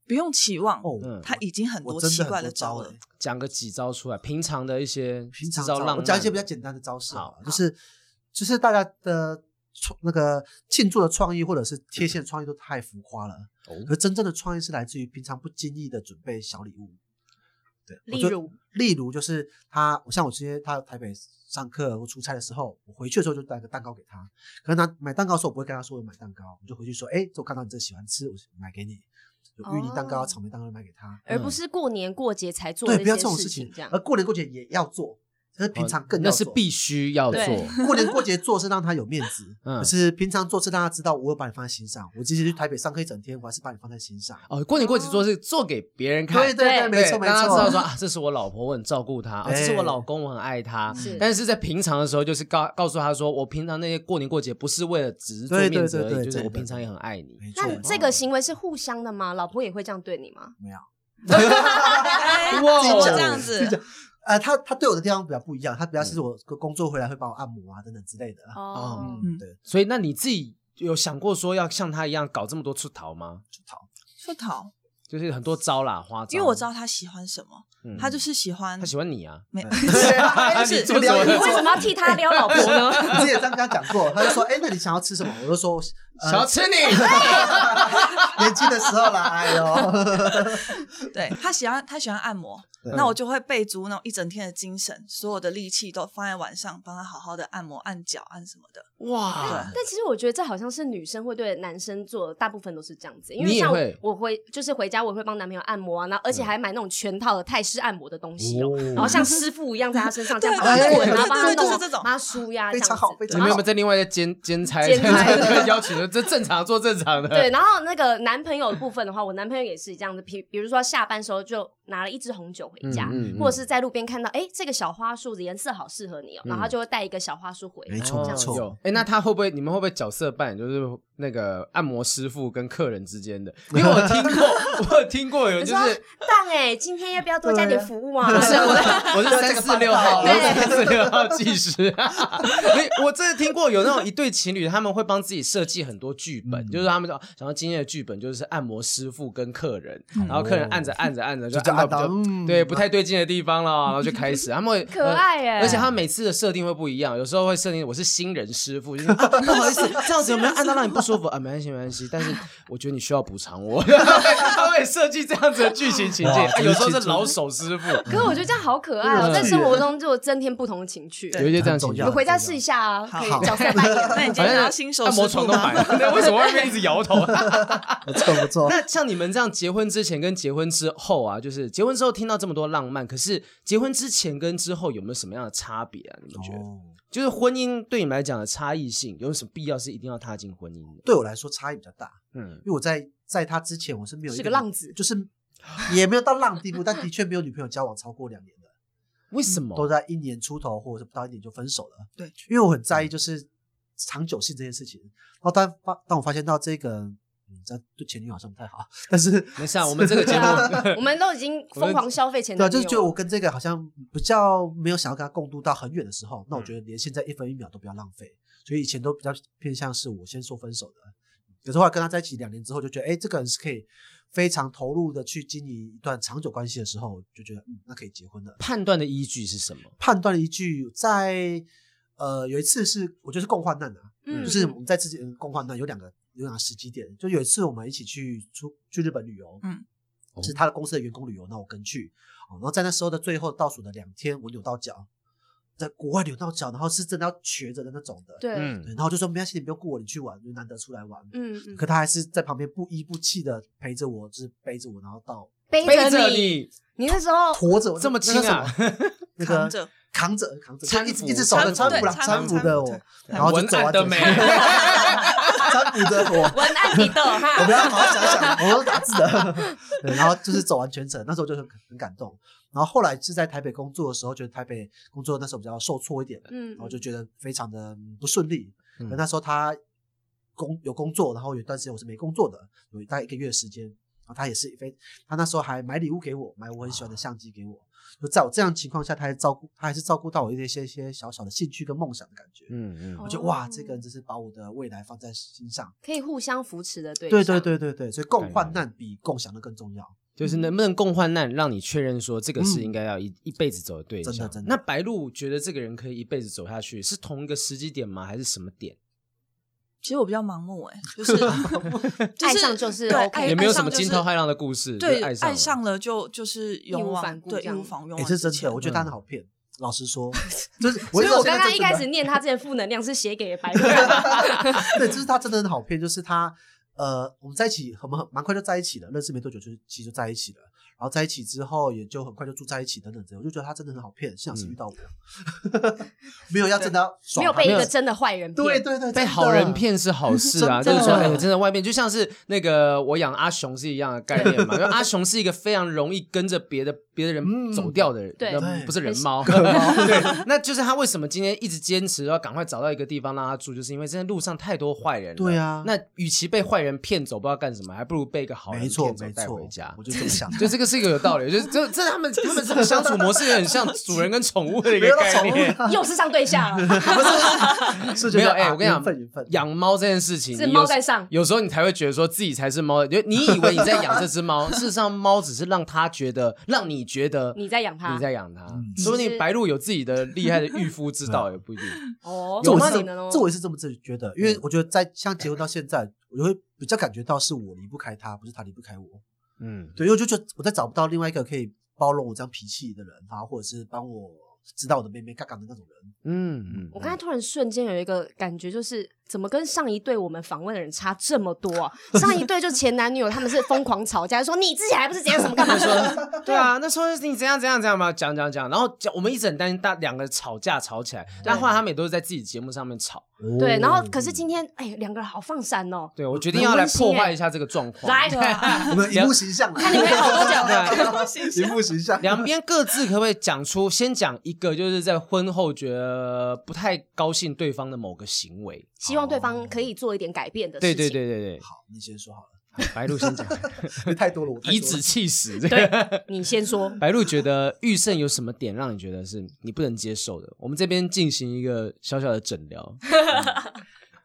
不用期望，嗯哦，他已经很多我真奇的怪很的多招招了欸。讲个几招出来，平常的一些平常制造浪漫我讲一些比较简单的招式好了好就是就是大家的创那个庆祝的创意或者是贴现的创意都太浮夸了，可哦是真正的创意是来自于平常不经意的准备小礼物。对，我例就如，例如就是他，像我之前他台北上课或出差的时候，我回去的时候就带个蛋糕给他。可能他买蛋糕的时候，我不会跟他说我买蛋糕，我就回去说，哎、这我看到你这喜欢吃，我买给你，就芋泥蛋糕、啊哦草莓蛋糕买给他。而不是过年过节才做对，那不要些这种事情呃这样，而。过年过节也要做，可是平常更要哦那做。是必须要做，对过年过节做是让他有面子，嗯可是平常做是让他知道我有把你放在心上。我即使去台北上课一整天，我还是把你放在心上。哦，过年过节做是做给别人看，对对，对没错对没让他知道说错。啊，这是我老婆，我很照顾她；啊，对这是我老公，我很爱他。是但是在平常的时候，就是告告诉他说，我平常那些过年过节不是为了只是做对对面子对而已，对就是真我的平常也很爱你。没错那这个行为是互相的吗？老婆也会这样对你吗？ [LAUGHS] 哎哇哦怎么这样子， [LAUGHS] 呃，他他对我的地方比较不一样，他比嗯较是我工作回来会帮我按摩啊等等之类的。哦，嗯，对，所以，那你自己有想过说要像他一样搞这么多出逃吗？ [LAUGHS] 出逃，就是很多招啦，花招。因为嗯我知道他喜欢什么，嗯他就是喜欢他喜欢你啊，没，嗯你不哎是做什么你的 [LAUGHS] 为什么要替他撩老婆呢？你之前这样跟他讲过，他就说：“哎、那你想要吃什么？”我就说：“想要呃、吃你。年轻的时候啦，哎 [LAUGHS] 呦，对他喜欢他喜欢按摩，对那我就会备足那种一整天的精神，所有的力气都放在晚上，帮他好好的按摩、按脚、按什么的。哇，但其实我觉得这好像是女生会对男生做的，大部分都是这样子。因你为也像会我回就是回家，我会帮男朋友按摩啊，然后而且还买那种全套的泰式按摩的东西哦 [LAUGHS] 哦，然后像师傅一样在他身上这对样帮他对滚对啊，对帮他对弄就啊，是这种帮他舒压这非样常好，非你子。常们有没好有。在另外再兼兼差兼差邀请的？这正常做正常的。对，，然后那个男朋友的部分的话，我男朋友也是这样子，比比如说下班时候就拿了一支红酒回家，嗯嗯嗯或者是在路边看到，哎，这个小花束的颜色好适合你哦，然后他就会带一个小花束回嗯来。没错这没样子错，哎、那他会不会？你们会不会角色扮演？就是那个按摩师傅跟客人之间的？因为我听 [LAUGHS] 过，我有听过有人你就说是，蛋哎，今天要不要多加点服务啊？ [LAUGHS] 不是我是我是三这个四六号，我是对三四六号技师。 [LAUGHS] 你我真的听过有那种一对情侣，他们会帮自己设计很多剧本，就是他们说，想要今天的剧本就是按摩师傅跟客人，然后客人按着按着嗯哦按着就就按到按到比较嗯对不太对劲的地方了，然后就开始他们会呃可爱欸耶而且他每次的设定会不一样，有时候会设定我是新人师傅，就是 [LAUGHS] 啊不好意思，这样子有没有按到让你不舒服啊？没关系，没关系，但是我觉得你需要补偿我。 [LAUGHS] 他会设计这样子的剧情情境，哇啊有时候是真是老手师傅，可是我觉得这样好可爱哦，嗯在生活中就增添不同的情趣。有一些这样情很重境要我。回家试一下啊，好可以好角色扮演。那你今天拿到新手按摩师床傅都买吗？了， [LAUGHS] 那为什么外面一直摇头？啊不错不 [LAUGHS] 错。那像你们这样结婚之前跟结婚之后啊，就是结婚之后听到这么多浪漫，可是结婚之前跟之后有没有什么样的差别啊？你们觉得？哦就是婚姻对你们来讲的差异性，有什么必要是一定要踏进婚姻的？对我来说差异比较大，嗯因，为我在在他之前我是没 [LAUGHS] 有一是个浪子就是也没有到浪地步，但的确没有女朋友交往超过两 [LAUGHS] 年的，为什么？都在一年出头或者是不到一年就分手了。对，因为我很嗯在意就是长久性这件事情。然后当发当我发现到这个，嗯，这样对前女友好像不太好，但是没事啊，我们这个节 [LAUGHS] 对目，啊，我们都已经疯狂消费前对啊，男就是觉得友我了。跟这个好像比较没有想要跟他共度到很远的时候，那我觉得连现在一分一秒都不要浪费。所以以前都比较偏向是我先说分手的，有时候后来跟他在一起两年之后，就觉得哎、这个人是可以非常投入的去经营一段长久关系的时候，就觉得嗯，那可以结婚了。判断的依据是什么？判断了一句，在呃有一次是我觉得是共患难啊，嗯就是我们在自己嗯共患难有两个有两个时机点，就有一次我们一起去出去日本旅游，嗯，是他的公司的员工旅游，那我跟去，哦，然后在那时候的最后倒数的两天，我扭到脚，在国外扭到脚，然后是真的要瘸着的那种的，对，嗯嗯对，然后就说没关系，你不用顾我，你去玩，就难得出来玩，嗯，可他还是在旁边不依不弃的陪着我，就是背着我，然后到背背着着你，你，你那时候驮着我，哦这么那那轻啊叫什 [LAUGHS] 么那个扛着扛着扛着，搀就一直扶一只手搀的搀扶扶啦，对搀搀扶扶的搀我扶，然后就文走案完的整美场 [LAUGHS] 搀扶的我，文案你的我们哈，要好好想想，我都打字的。 [LAUGHS] 对然后就是走完全程，那时候就很很感动。然后后来是在台北工作的时候，觉得台北工作那时候比较受挫一点，嗯然后就觉得非常的不顺利。嗯可那时候他工有工作，然后有一段时间我是没工作的，有大概一个月的时间。然后他也是非他那时候还买礼物给我，买我很啊喜欢的相机给我。就在我这样的情况下，他还照顾，他还是照顾到我一些一些小小的兴趣跟梦想的感觉。嗯我嗯，觉得哦哇，这个人真是把我的未来放在心上。可以互相扶持的对对对象，对对对，所以共患难比共享的更重要。就是能不能共患难，让你确认说这个是嗯应该要一一辈子走的对真的象真。的那白鹿觉得这个人可以一辈子走下去，是同一个时机点吗？还是什么点？其实我比较盲目哎、就是 [LAUGHS] 就爱上就是对 OK 爱也没有爱上什么就惊是涛骇浪的故事，对就爱爱上上了就就是勇义无往反顾对这义样无反顾，哎、这是真的，我觉得他很好骗。老实 [LAUGHS] 说， [LAUGHS] 就是我嗯所一以直到我现在刚刚真一的开始念他这些负能量是写给白鹿的， [LAUGHS] 对，就是他真的很好骗，就是他呃，我们在一起很蛮蛮快就在一起了，认识没多久就其实就在一起了，然后在一起之后也就很快就住在一起等等之类，我就觉得他真的很好骗，幸好嗯是遇到我， [LAUGHS] 没有要真的要 [LAUGHS] 没爽有他被一们个真的坏人骗，对对对被真的好人骗是好事啊， [LAUGHS] 真就的是说，哎、真的外面就像是那个我养阿雄是一样的概念 [LAUGHS] 嘛，因为阿雄是一个非常容易跟着别的别的人嗯走掉的人，对呃不是人 [LAUGHS] 很猫，对，那就是他为什么今天一直坚持要赶快找到一个地方让他住，就是因为真的路上太多坏人了对啊那与其被坏人骗走不知道干什么，还不如被一个好人没骗错走没带错回家，。我 [LAUGHS] 就这么想的。就这个是一个有道理，就是这这他 [LAUGHS] 们他们这个相处模式也很像主人跟宠物的一没个有概到 [LAUGHS] 念。宠物，又是上对象， [LAUGHS] 不 [LAUGHS] 是，是觉没有得哎啊我跟你讲缘分缘分养猫这件事情是你猫有 [LAUGHS] 在上有时候你才会觉得说自己才是猫，就你以为你在养这只猫，事实上猫只是让它觉得，让你觉得你在养它你在养它嗯，说不其定实白鹿有自己的厉害的御夫之 [LAUGHS] 道也不一定。哦，这我有是可这能哦么，这我也是这么自己觉得，嗯因为我觉得在像结婚到现在，我就会比较感觉到是我离不开他，不是他离不开我。嗯，对，因为我就觉得我在找不到另外一个可以包容我这样脾气的人啊，或者是帮我知道我的妹妹嘎嘎的那种人。嗯嗯我刚才突然瞬间有一个感觉，就是怎么跟上一对我们访问的人差这么多啊？上一对就前男女友，他们是疯狂吵架，说你之前还不是怎样什么干嘛说，对啊，那说你怎样怎样怎样嘛，讲讲讲，然后讲我们一直很担心大两个吵架吵起来，但后来他们也都是在自己节目上面吵。 [LAUGHS] 哦对，然后可是今天哎，两个人好放闪哦，对我决定要来破坏一下这个状况，来，啊我们荧幕形象，看你们好多讲的 [LAUGHS] 荧幕形象，两边各自可不可以讲出？先讲一个，就是在婚后觉得不太高兴对方的某个行为。希望对方可以做一点改变的事对对情。对对对，好，你先说好了，好白鹿先 [LAUGHS] 讲，因为太多了，我太 [LAUGHS] 多了以子气使。这对个。你先说 [LAUGHS] 白鹿觉得玉胜有什么点让你觉得是你不能接受的？我们这边进行一个小小的诊 [LAUGHS] 疗。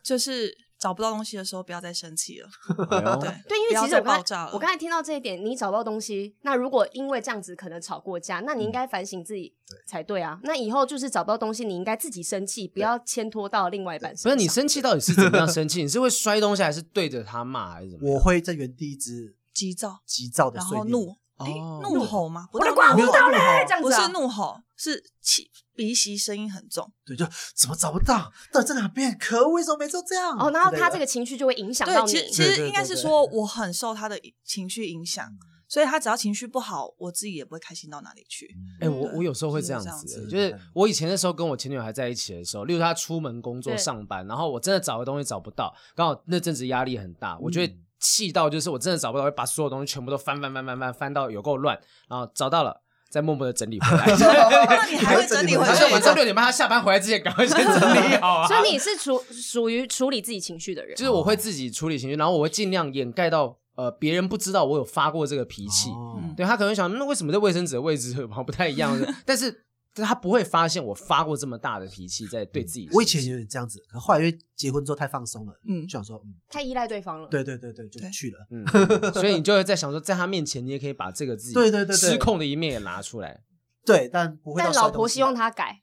就是找不到东西的时候不要再生气了，哎哦呦对对，因为不其要实再我爆刚炸了，我刚才听到这一点，你找到东西，那如果因为这样子可能吵过架，那你应该反省自己才对啊。那以后就是找不到东西，你应该自己生气，不要牵拖到另外一半身不上。是你生气到底是怎么样生气？你是会摔东西，还是对着他骂，还是怎么我样？会在原地一直急躁，急躁的然碎后念，怒，哎哦怒吼吗？不我的到刮怒胡吼刀嘞， [LAUGHS] 这样不子啊是怒吼，是气鼻息声音很重，对，就怎么找不到，到底在哪边？可恶为什么没做这样？哦，然后他之这类个 [LAUGHS] 的情绪就会影响对到，你其。实其对实对应该对是对说我很受他的情绪影响，所以他只要情绪不好，我自己也不会开心到哪里去。哎、我嗯我有时候会是这样这样子、欸子就是我以前的时候跟我前女友还在一起的时候，例如她出门工作对上班，然后我真的找个东西找不到，刚好那阵子压力很大，我就嗯会气到就是我真的找不到，会把所有东西全部都翻翻翻翻翻翻到有够乱，然后找到了。再默默的整理回 [LAUGHS] 来，那你嗯还会整理回他而说且我们这晚上去？六点半他下班回来之前，赶快先整理好啊。 [LAUGHS] 所以你是处属于处理自己情绪的人就，是我会自己处理情绪，然后我会尽量掩盖到呃别人不知道我有发过这个脾气。哦嗯对他可能会想，那为什么这卫生纸的位置好像不太一样？但是但他不会发现我发过这么大的脾气在对自己身上。嗯我以前有点这样子，可后来因为结婚之后太放松了，嗯就想说，嗯，太依赖对方了。对对对对，就对去了。嗯，嗯所以你就会在想说，在他面前你也可以把这个自己对对对对失控的一面也拿出来。对，但不会到但摔老东婆西啊希望他改，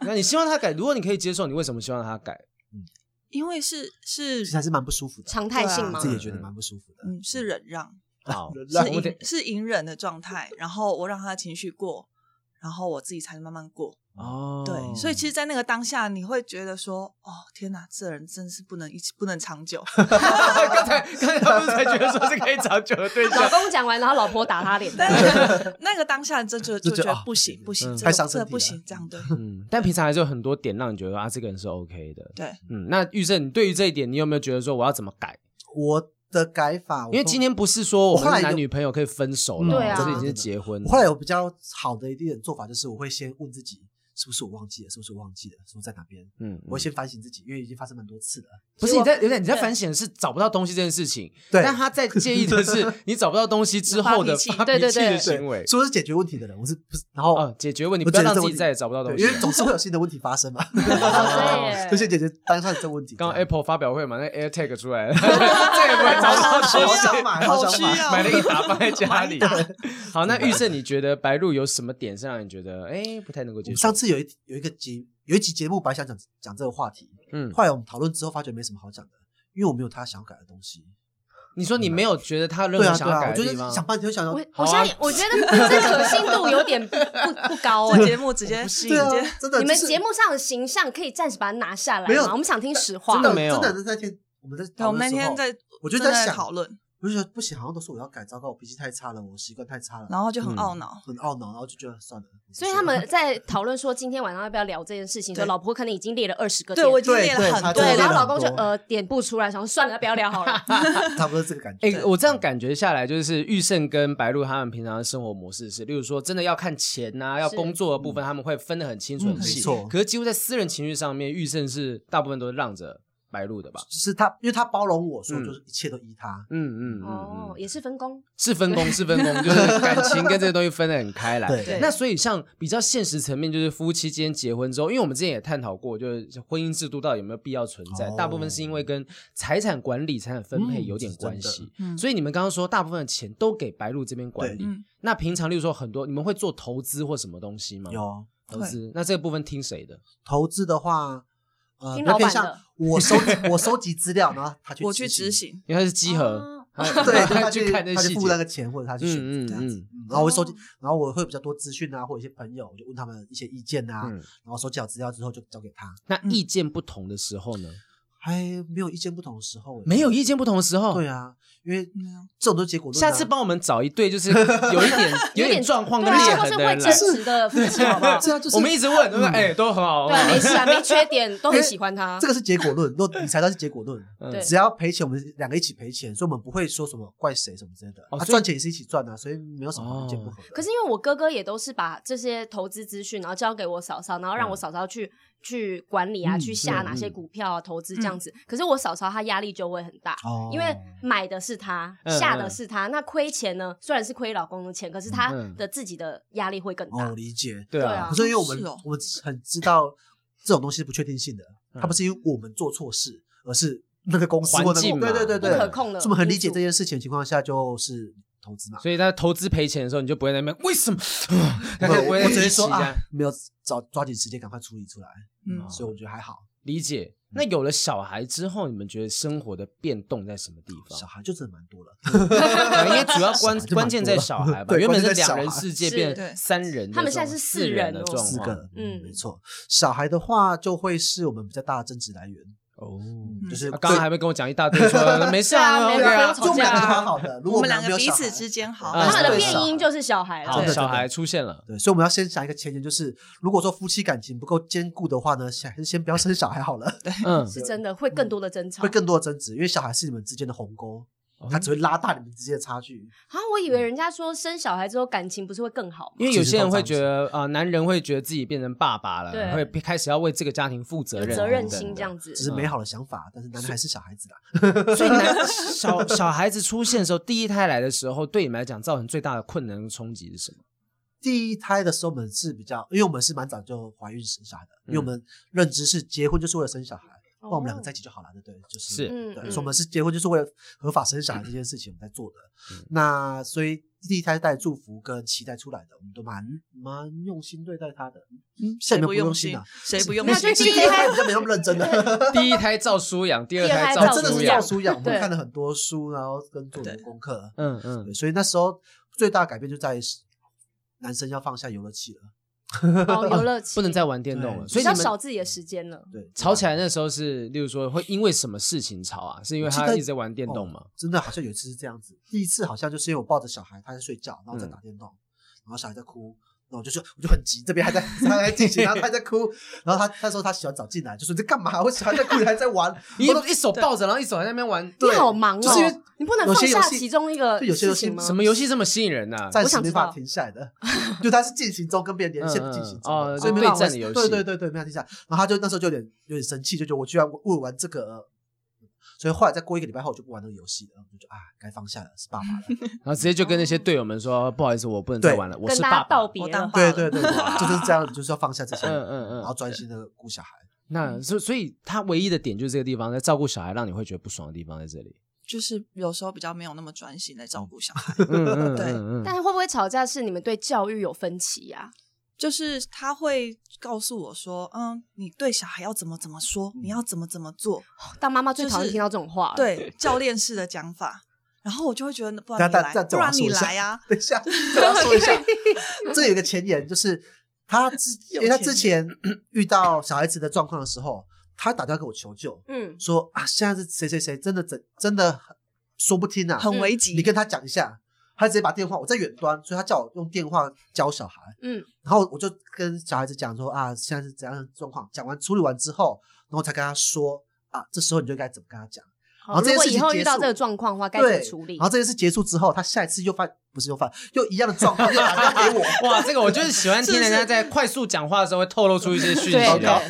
那你希望他改，如果你可以接受，你为什么希望他改？因为是是其实还是蛮不舒服的，常态性嘛啊自己也觉得蛮不舒服的。嗯是忍让，好，是我得隐是隐忍的状态，然后我让他的情绪过，然后我自己才慢慢过。哦，对，所以其实，在那个当下，你会觉得说，哦，天哪，这人真是不能一起不能长 [LAUGHS] 久。 [LAUGHS] 刚才刚才他们才觉得说是可以长久的对象 [LAUGHS] 老。公讲完，然后老婆打他脸。 [LAUGHS] 但是那个当下，真就就就觉觉得得啊不行不行，嗯这太个伤这身个体不了行，这样对嗯，但平常还是有很多点让你觉得啊，这个人是 OK 的。对。嗯，那玉胜，你对于这一点，你有没有觉得说我要怎么改？我的改法，我因为都今天不是说我我后来们有男女朋友可以分手嗯了，对啊这已经是结婚了我。后来有比较好的一点做法，就是我会先问自己，是不是我忘记了，是不是我忘记了，是不是在哪边？嗯，我会先反省自己，因为已经发生蛮多次了。不是你在有点你在反省的是找不到东西这件事情，对但他在介意的 [LAUGHS] 是你找不到东西之后的发脾气发脾对对气对的对行为。所以我是解决问题的人，我是不是？然后哦，解决问题，我不要让解自决这个己再也找不到对，东西因。为总是会有新的问题发生嘛。 [LAUGHS] 对就先解决当下的这个问题。刚刚哎这样 Apple 发表会嘛，那 AirTag 出来了，哎再也不 [LAUGHS] 会找不到东好西。想买，好好想需买。[LAUGHS] 要买了一打放在家里。 [LAUGHS] 好，那玉胜，你觉得白鹿有什么点是让你觉得哎不太能够我接们受上？次有一有一个节有一集节目，本来想讲讲这个话题，嗯，后来我们讨论之后发觉没什么好讲的，因为我没有他想要改的东西。你说你没有觉得他有任何对啊，对想要啊，改我的觉地方得？想半天想到我，好啊我现在也我觉得这可信度有点不不不 [LAUGHS] 高哎、节目 [LAUGHS] 直接直对啊接，真的，你们就是节目上的形象可以暂时把它拿下来没有吗？我们想听实话真。的没有真的那天我们在对，讨我们论的那时候天在，我就正在想讨论，我就觉得不行，好像都是我要改，糟糕，我脾气太差了，我习惯太差了，然后就很嗯懊恼。很懊恼，然后就觉得算了。所以他们在讨论说今天晚上要不要聊这件事情，对说老婆可能已经列了二十个对点我已经对列对了他很真对的多列然了，后了老公就很多呃点不出来，想说算了，不要聊好了。差不多是这个感觉。哎、对嗯我这样感觉下来，就是玉胜跟白鹿他们平常的生活模式是，例如说，真的要看钱呐、要是工作的部分，他们会分得很清楚、嗯很细。没错可是几乎在私人情绪上面，玉胜是大部分都是让着白鹿的吧？就是他，因为他包容我，所以嗯我就是一切都依他。嗯嗯嗯哦，嗯，也是分工，是分工，是分工，就是感情跟这个东西分得很开来。对对那所以像比较现实层面，就是夫妻之间结婚之后，因为我们之前也探讨过，就是婚姻制度到底有没有必要存在，哦大部分是因为跟财产管理、财产分配嗯有点是真关的系。嗯所以你们刚刚说，大部分的钱都给白鹿这边管理对。嗯那平常，例如说很多，你们会做投资或什么东西吗？有投资，那这个部分听谁的？投资的话，呃，听比较老板偏向的我收集我收集资料，然后他去我去执执。行，因为他是集合，哦他 [LAUGHS] 对，就他他去去看那他细去节付那个钱，或者他去选嗯嗯择这样子嗯。嗯然后我会收集哦，然后我会比较多资讯啊，或者一些朋友，我就问他们一些意见啊，嗯，然后收集好资料之后就交给他。那意见不同的时候呢？还没有意见不同的时候，欸没有。意见不同的时候，对啊，因为没有这种都是结果论啊。下次帮我们找一对，就是有一点有有一点状况对跟啊，裂或痕的是会人争来。执的夫妻，好不好？ [LAUGHS] 是啊，就是我们一直问，对不对？哎，都很好，对啊，没事啊，没缺点，都很喜欢他这。个是结果论，若理财它是结果论，啊嗯对只要赔钱，我们两个一起赔钱，所以我们不会说什么怪谁什么之类的。哦啊，所以哦赚钱也是一起赚的，所以没有什么意见不合的。可是因为我哥哥也都是把这些投资资讯，然后交给我嫂嫂，然后让我嫂嫂去、去管理啊，嗯去下嗯哪些嗯股票啊、投资这样子。可是我嫂嫂她压力就会很大，哦因为买的是她，嗯下的是她，那亏钱呢？虽然是亏老公的钱，可是她嗯的自己的压力会更大。哦，我理解。对对啊啊可，是因为我们是哦我们很知道这种东西是不确定性的，嗯它不是因为我们做错事，而是那个公司环或那境个嘛对对对对，不可控的所以我们很理解因素这件事情的情况下，就是投资嘛。所以在投资赔钱的时候，你就不会在那边为什么？那个我在只一是起 [LAUGHS] 说这啊样，没有早抓紧时间赶快处理出来，嗯，所以我觉得还好。理解。那有了小孩之后，你们觉得生活的变动在什么地小方？孩就真的蛮多了， [LAUGHS] 因为主要关小孩就蛮关键在多了小孩吧，对原本是关键在两人小孩世界是变对成三人的状况，他们现在是四四人人的哦状四况个，嗯，嗯没错。小孩的话就会是我们比较大的争执来源，哦。嗯，就是啊刚刚还会跟我讲一大堆，说没事啊对啊，OK 啊就我们没有两个蛮好的，如果我们两没个有彼小孩嗯此之间好，啊他们的对变音就是小孩好，了对，对小孩出现了，对，所以我们要先想一个前提，就是如果说夫妻感情不够坚固的话呢，先还是先不要生小孩好 [LAUGHS] 了，嗯，是真的会更多的争吵会。更多的争执，因为小孩是你们之间的鸿沟，哦他只会拉大你们之间的差距。啊，我以为人家说生小孩之后感情不是会更好吗？因为有些人会觉得啊、男人会觉得自己变成爸爸了，对会开始要为这个家庭负责有任、嗯责 [LAUGHS] 任心这。样子只。是美好的想法，但是男人还是小孩子啦。所以 [LAUGHS] 男小小孩子出现的时候，第一胎来的时候，对你们来讲造成最大的困难跟冲击是什么？第一胎的时候，我们是比较，因为我们是蛮早就怀孕生小孩的，嗯因为我们认知是结婚就是为了生小孩，那、哦我们两个在一起就好了，对不对？就是是嗯对，哦嗯所以我们是结婚就是为了合法生小孩这件事情我们在做的。嗯那所以第一胎带祝福跟期待出来的，我们都蛮蛮用心对待他的。嗯，谁下面不不用心心啊，？谁不用没有心 [LAUGHS] 就？第一胎比较没那么认真的，第一胎照书养，第二第二胎胎照真的书是养照，书养。我对们看了很多书，然后跟做很对多功课。嗯嗯对，，所以那时候最大的改变就在于男生要放下游乐器了。哦，游 [LAUGHS] 乐器不能再玩电动了，对所以比你较们少自己的时间了。对，吵起来那时候是，例如说会因为什么事情吵啊？是因为我记他得一直在玩电动哦吗？真的好像有一次是这样子，第一次好像就是因为我抱着小孩，他在睡觉，然后我在嗯打电动，然后小孩在哭。然后我就说，我就很急，这边还在他还在进行，然后他还在哭， [LAUGHS] 然后他他说他洗完澡进来，就说你在干嘛？我小孩在哭，你还 [LAUGHS] 在玩，你我都一手抱着，然后一手还在那边玩，你对好忙哦，就是因为你不能有放些游下戏其中一个就有些游事戏情吗？什么游戏这么吸引人啊呐？暂时想没知办法道停下来的，就他是进行中跟别人连线的进行嗯中嗯嗯的，哦所以没办法对战的游戏对对对对，没法停下来。然后他就那时候就有点有点生气，就觉得我居然为了玩这个，所以后来再过一个礼拜后，我就不玩那个游戏了，我就啊该放下了，是爸爸 [LAUGHS] 了。然后直接就跟那些队友们说：“不好意思，我不能再玩了，我跟是大爸家爸道。别我当了爸。对对对，就是这样，就是要放下这”些，嗯嗯然嗯后，专心的顾小孩。那所以所以他唯一的点就是这个地方，在照顾小孩让你会觉得不爽的地方在这 [LAUGHS] 里。就是有时候比较没有那么专心在照顾小孩，嗯嗯对嗯嗯但是会不会吵架是你们对教育有分歧啊呀、就是他会告诉我说，嗯，你对小孩要怎么怎么说，你嗯要怎么怎么做，当妈妈最讨就厌是听到这种话啊了。对教练式的讲法，然后我就会觉得，不然等你下来，再不再往然下你说一下来 [LAUGHS] 啊，等一下，我要说一 [LAUGHS] 下，这有一个前言，就是他之，因为他之前 [CLEARS THROAT] 遇到小孩子的状况的时候，他打电话给我求救，嗯，说啊，现在是谁谁谁，真的真真的很说不听啊，很危急。你跟他讲一下。他直接把电话，我在远端，所以他叫我用电话教小孩。嗯，然后我就跟小孩子讲说啊，现在是怎样的状况。讲完处理完之后，然后才跟他说啊，这时候你就该怎么跟他讲。然后好这如件果事情以后结遇到束这个状况的话，该怎对，么处理然？后这件事结束之后，他下一次又犯不是又犯，又一样的状况又打电话给我。哇，这个我就是喜欢听人家在快速讲话的时候会透露出一些讯对息的。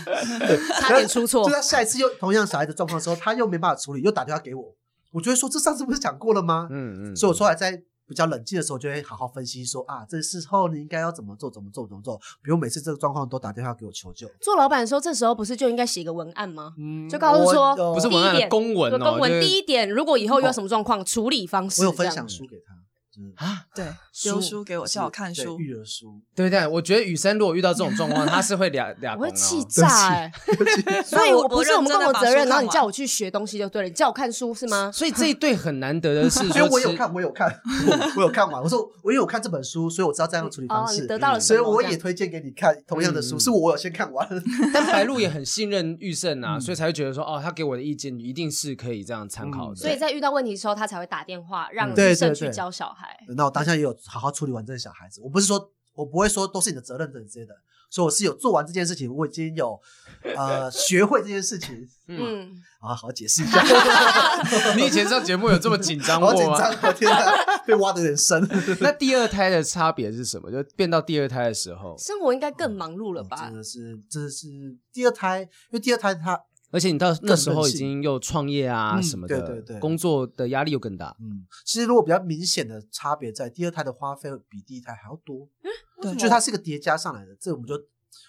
对，差点出 [LAUGHS] 错就。他下一次又同样小孩的状况的时候，他又没办法处理，又打电话给我。我就会说，这上次不是讲过了吗？嗯嗯，所以我后来在比较冷静的时候，就会好好分析说啊，这时候你应该要怎么做，怎么做，怎么做，不用每次这个状况都打电话给我求救。做老板的时候，这时候不是就应该写一个文案吗？嗯就告诉说，我不是第文一案点，公文对哦，公文就是第一点，如果以后遇到什么状况，处理方式我有这分样享书给他，就是啊，对，书丢书给我，叫我看对书。育儿书。对对，我觉得雨珊如果遇到这种状况，她是会俩俩我会啊公气哦炸 [LAUGHS] 哎、 [LAUGHS] 所以我不是我们共同责任，然后你叫我我去学东西就对了，你叫我看书是吗？嗯所以这一对很难得的是， [LAUGHS] 因为哎我其实有看，我有看， [LAUGHS] 我我有看完。我说我因为我看这本书，所以我知道这样的处理哦方，你式，得到了什所以么？我这也样推荐给你看同样的嗯书，嗯是我有先看完。但白鹿也很信任玉胜啊，嗯所以才会觉得说，哦，他给我的意见一定是可以这样参考的。嗯所以在遇到问题的时候，他才会打电话让嗯对医生对去对教小孩。那我当下也有好好处理完这个小孩子。我不是说我不会说都是你的责任等之类的，所以我是有做完这件事情，我已经有呃学会这件事情嗯，嗯，啊，好好解释一下， [LAUGHS] 你以前上节目 [LAUGHS] 有这么紧张好紧过吗？张，我天哪，被挖的有点深。 [LAUGHS] [LAUGHS] 那第二胎的差别是什么？就变到第二胎的时候，生活应该更忙碌了吧哦真？的是，真的是第二胎，因为第二胎他，而且你到那时候更任已性经又创业啊嗯什么对对的对，工作的压力又更大。嗯，其实如果比较明显的差别在第二胎的花费会比第一胎还要多，对就是它是一个叠加上来的。这我们就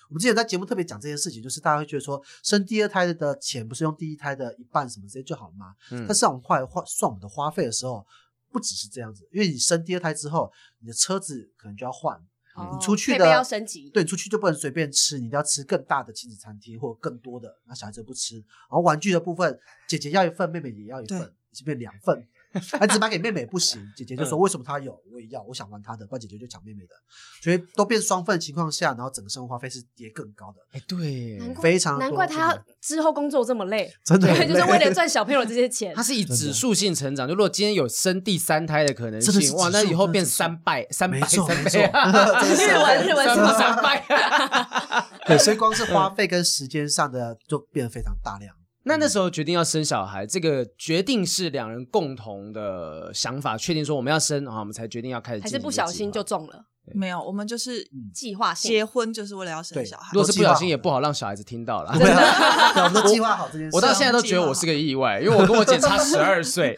我们之前在节目特别讲这件事情，就是大家会觉得说，生第二胎的钱不是用第一胎的一半什么之类就好了吗？嗯但，是我们快花算我们的花费的时候，不只是这样子，因为你生第二胎之后，你的车子可能就要换，哦你出去配的备要升级。对，你出去就不能随便吃，你一定要吃更大的亲子餐厅或更多的，那小孩子不吃。然后玩具的部分，姐姐要一份，妹妹也要一份对，已经变两份。还只买给妹妹不行，姐姐就说为什么她有，我也要，我想玩她的，不然姐姐就抢妹妹的，所以都变双份的情况下，然后整个生活花费是叠更高的，哎，对，难怪非常难多怪他之后工作这么累，真的对，很 [LAUGHS] 就是累为了赚小朋友这些钱它。是以指数性成长。就如果今天有生第三胎的可能真的是性，哇，指那数以后真的变是指数三倍，三倍，没错三没倍错， [LAUGHS] [LAUGHS] 真的 [LAUGHS] 是日文日文是吗三倍。 [LAUGHS] 对，所以光是花费跟时间上的就变得非常大量。那那时候决定要生小孩，这个决定是两人共同的想法，确定说我们要生啊，我们才决定要开始还进行是这个计划。不小心就中了没有，我们就是嗯计划性结。婚就是为了要生对小孩如。果是不小心，都计划好了也不好让小孩子听到了。对啊，对我们都计划好这件事。我到现在都觉得我是个意外，因为我跟我姐差十二岁，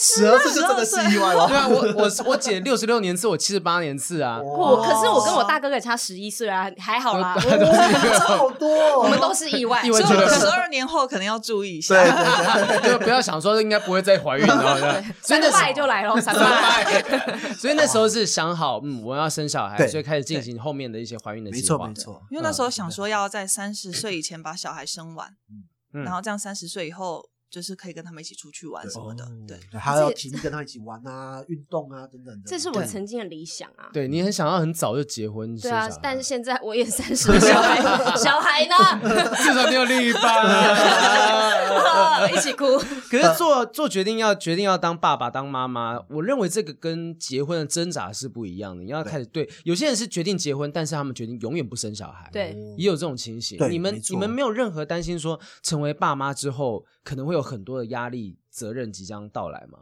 十二岁就真的是意外了。 [LAUGHS] 对啊，我我我姐六十六年次，我七十八年次啊。我可是我跟我大哥哥也差十一岁啊，还好啦，哇差好多哦，我们都是意外意。外所以真我的们是十二年后可能要注意一对下。对对， [LAUGHS] 就不要想说应该不会再怀孕 [LAUGHS] 了，真的是拜就来了，三拜。拜。 [LAUGHS] 所以那时候是想好，嗯，我要生小孩，对所以开始进行后面的一些怀孕的没计错划没。错，因为那时候想说要在三十岁以前把小孩生完，嗯然后这样三十岁以后就是可以跟他们一起出去玩什么哦的。对，对，还要体力跟他一起玩啊，运动啊等等的。这是我曾经的理想啊。对你很想要很早就结婚，对生啊小孩，但是现在我也三 [LAUGHS] 十了，小孩小孩呢？ [LAUGHS] [LAUGHS] 至少你有另一半 [LAUGHS] 啊。一起哭。可是做做决定要决定要当爸爸当妈妈，我认为这个跟结婚的挣扎是不一样的。你要开始对有些人是决定结婚，但是他们决定永远不生小孩， [LAUGHS] 对也有这种情形。对你们没错你们没有任何担心说成为爸妈之后可能会有很多的压力责任即将到来吗？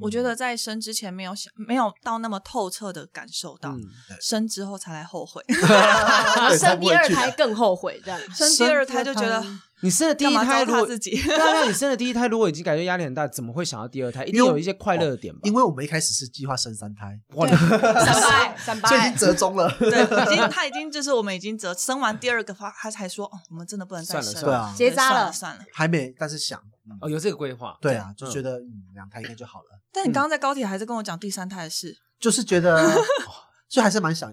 我嗯觉嗯得在生之前没有想，没有到那么透彻的感受到，嗯生之后才来后 [LAUGHS] 悔。然后对生第二他胎更后悔，这样。生第二胎就觉得你生了第干一嘛胎糟如果蹋自己？对啊， [LAUGHS] 对啊你生了第一胎如果已经感觉压力很大，怎么会想要第二胎？一定有一些快乐的点吧？哦因为我们一开始是计划生三胎，哇，[LAUGHS] 三拜三所以已经拜。折中了。对，已经他已经就是我们已经折生完第二个，他他才说哦，我们真的不能再算了生算对了，啊，结扎算了了算了。还没，但是想，嗯哦，有这个规划，对啊，就觉得得嗯两胎应该就好了，嗯但你刚刚在高铁还是跟我讲第三胎 [LAUGHS] 的事，就是觉得就还是蛮想，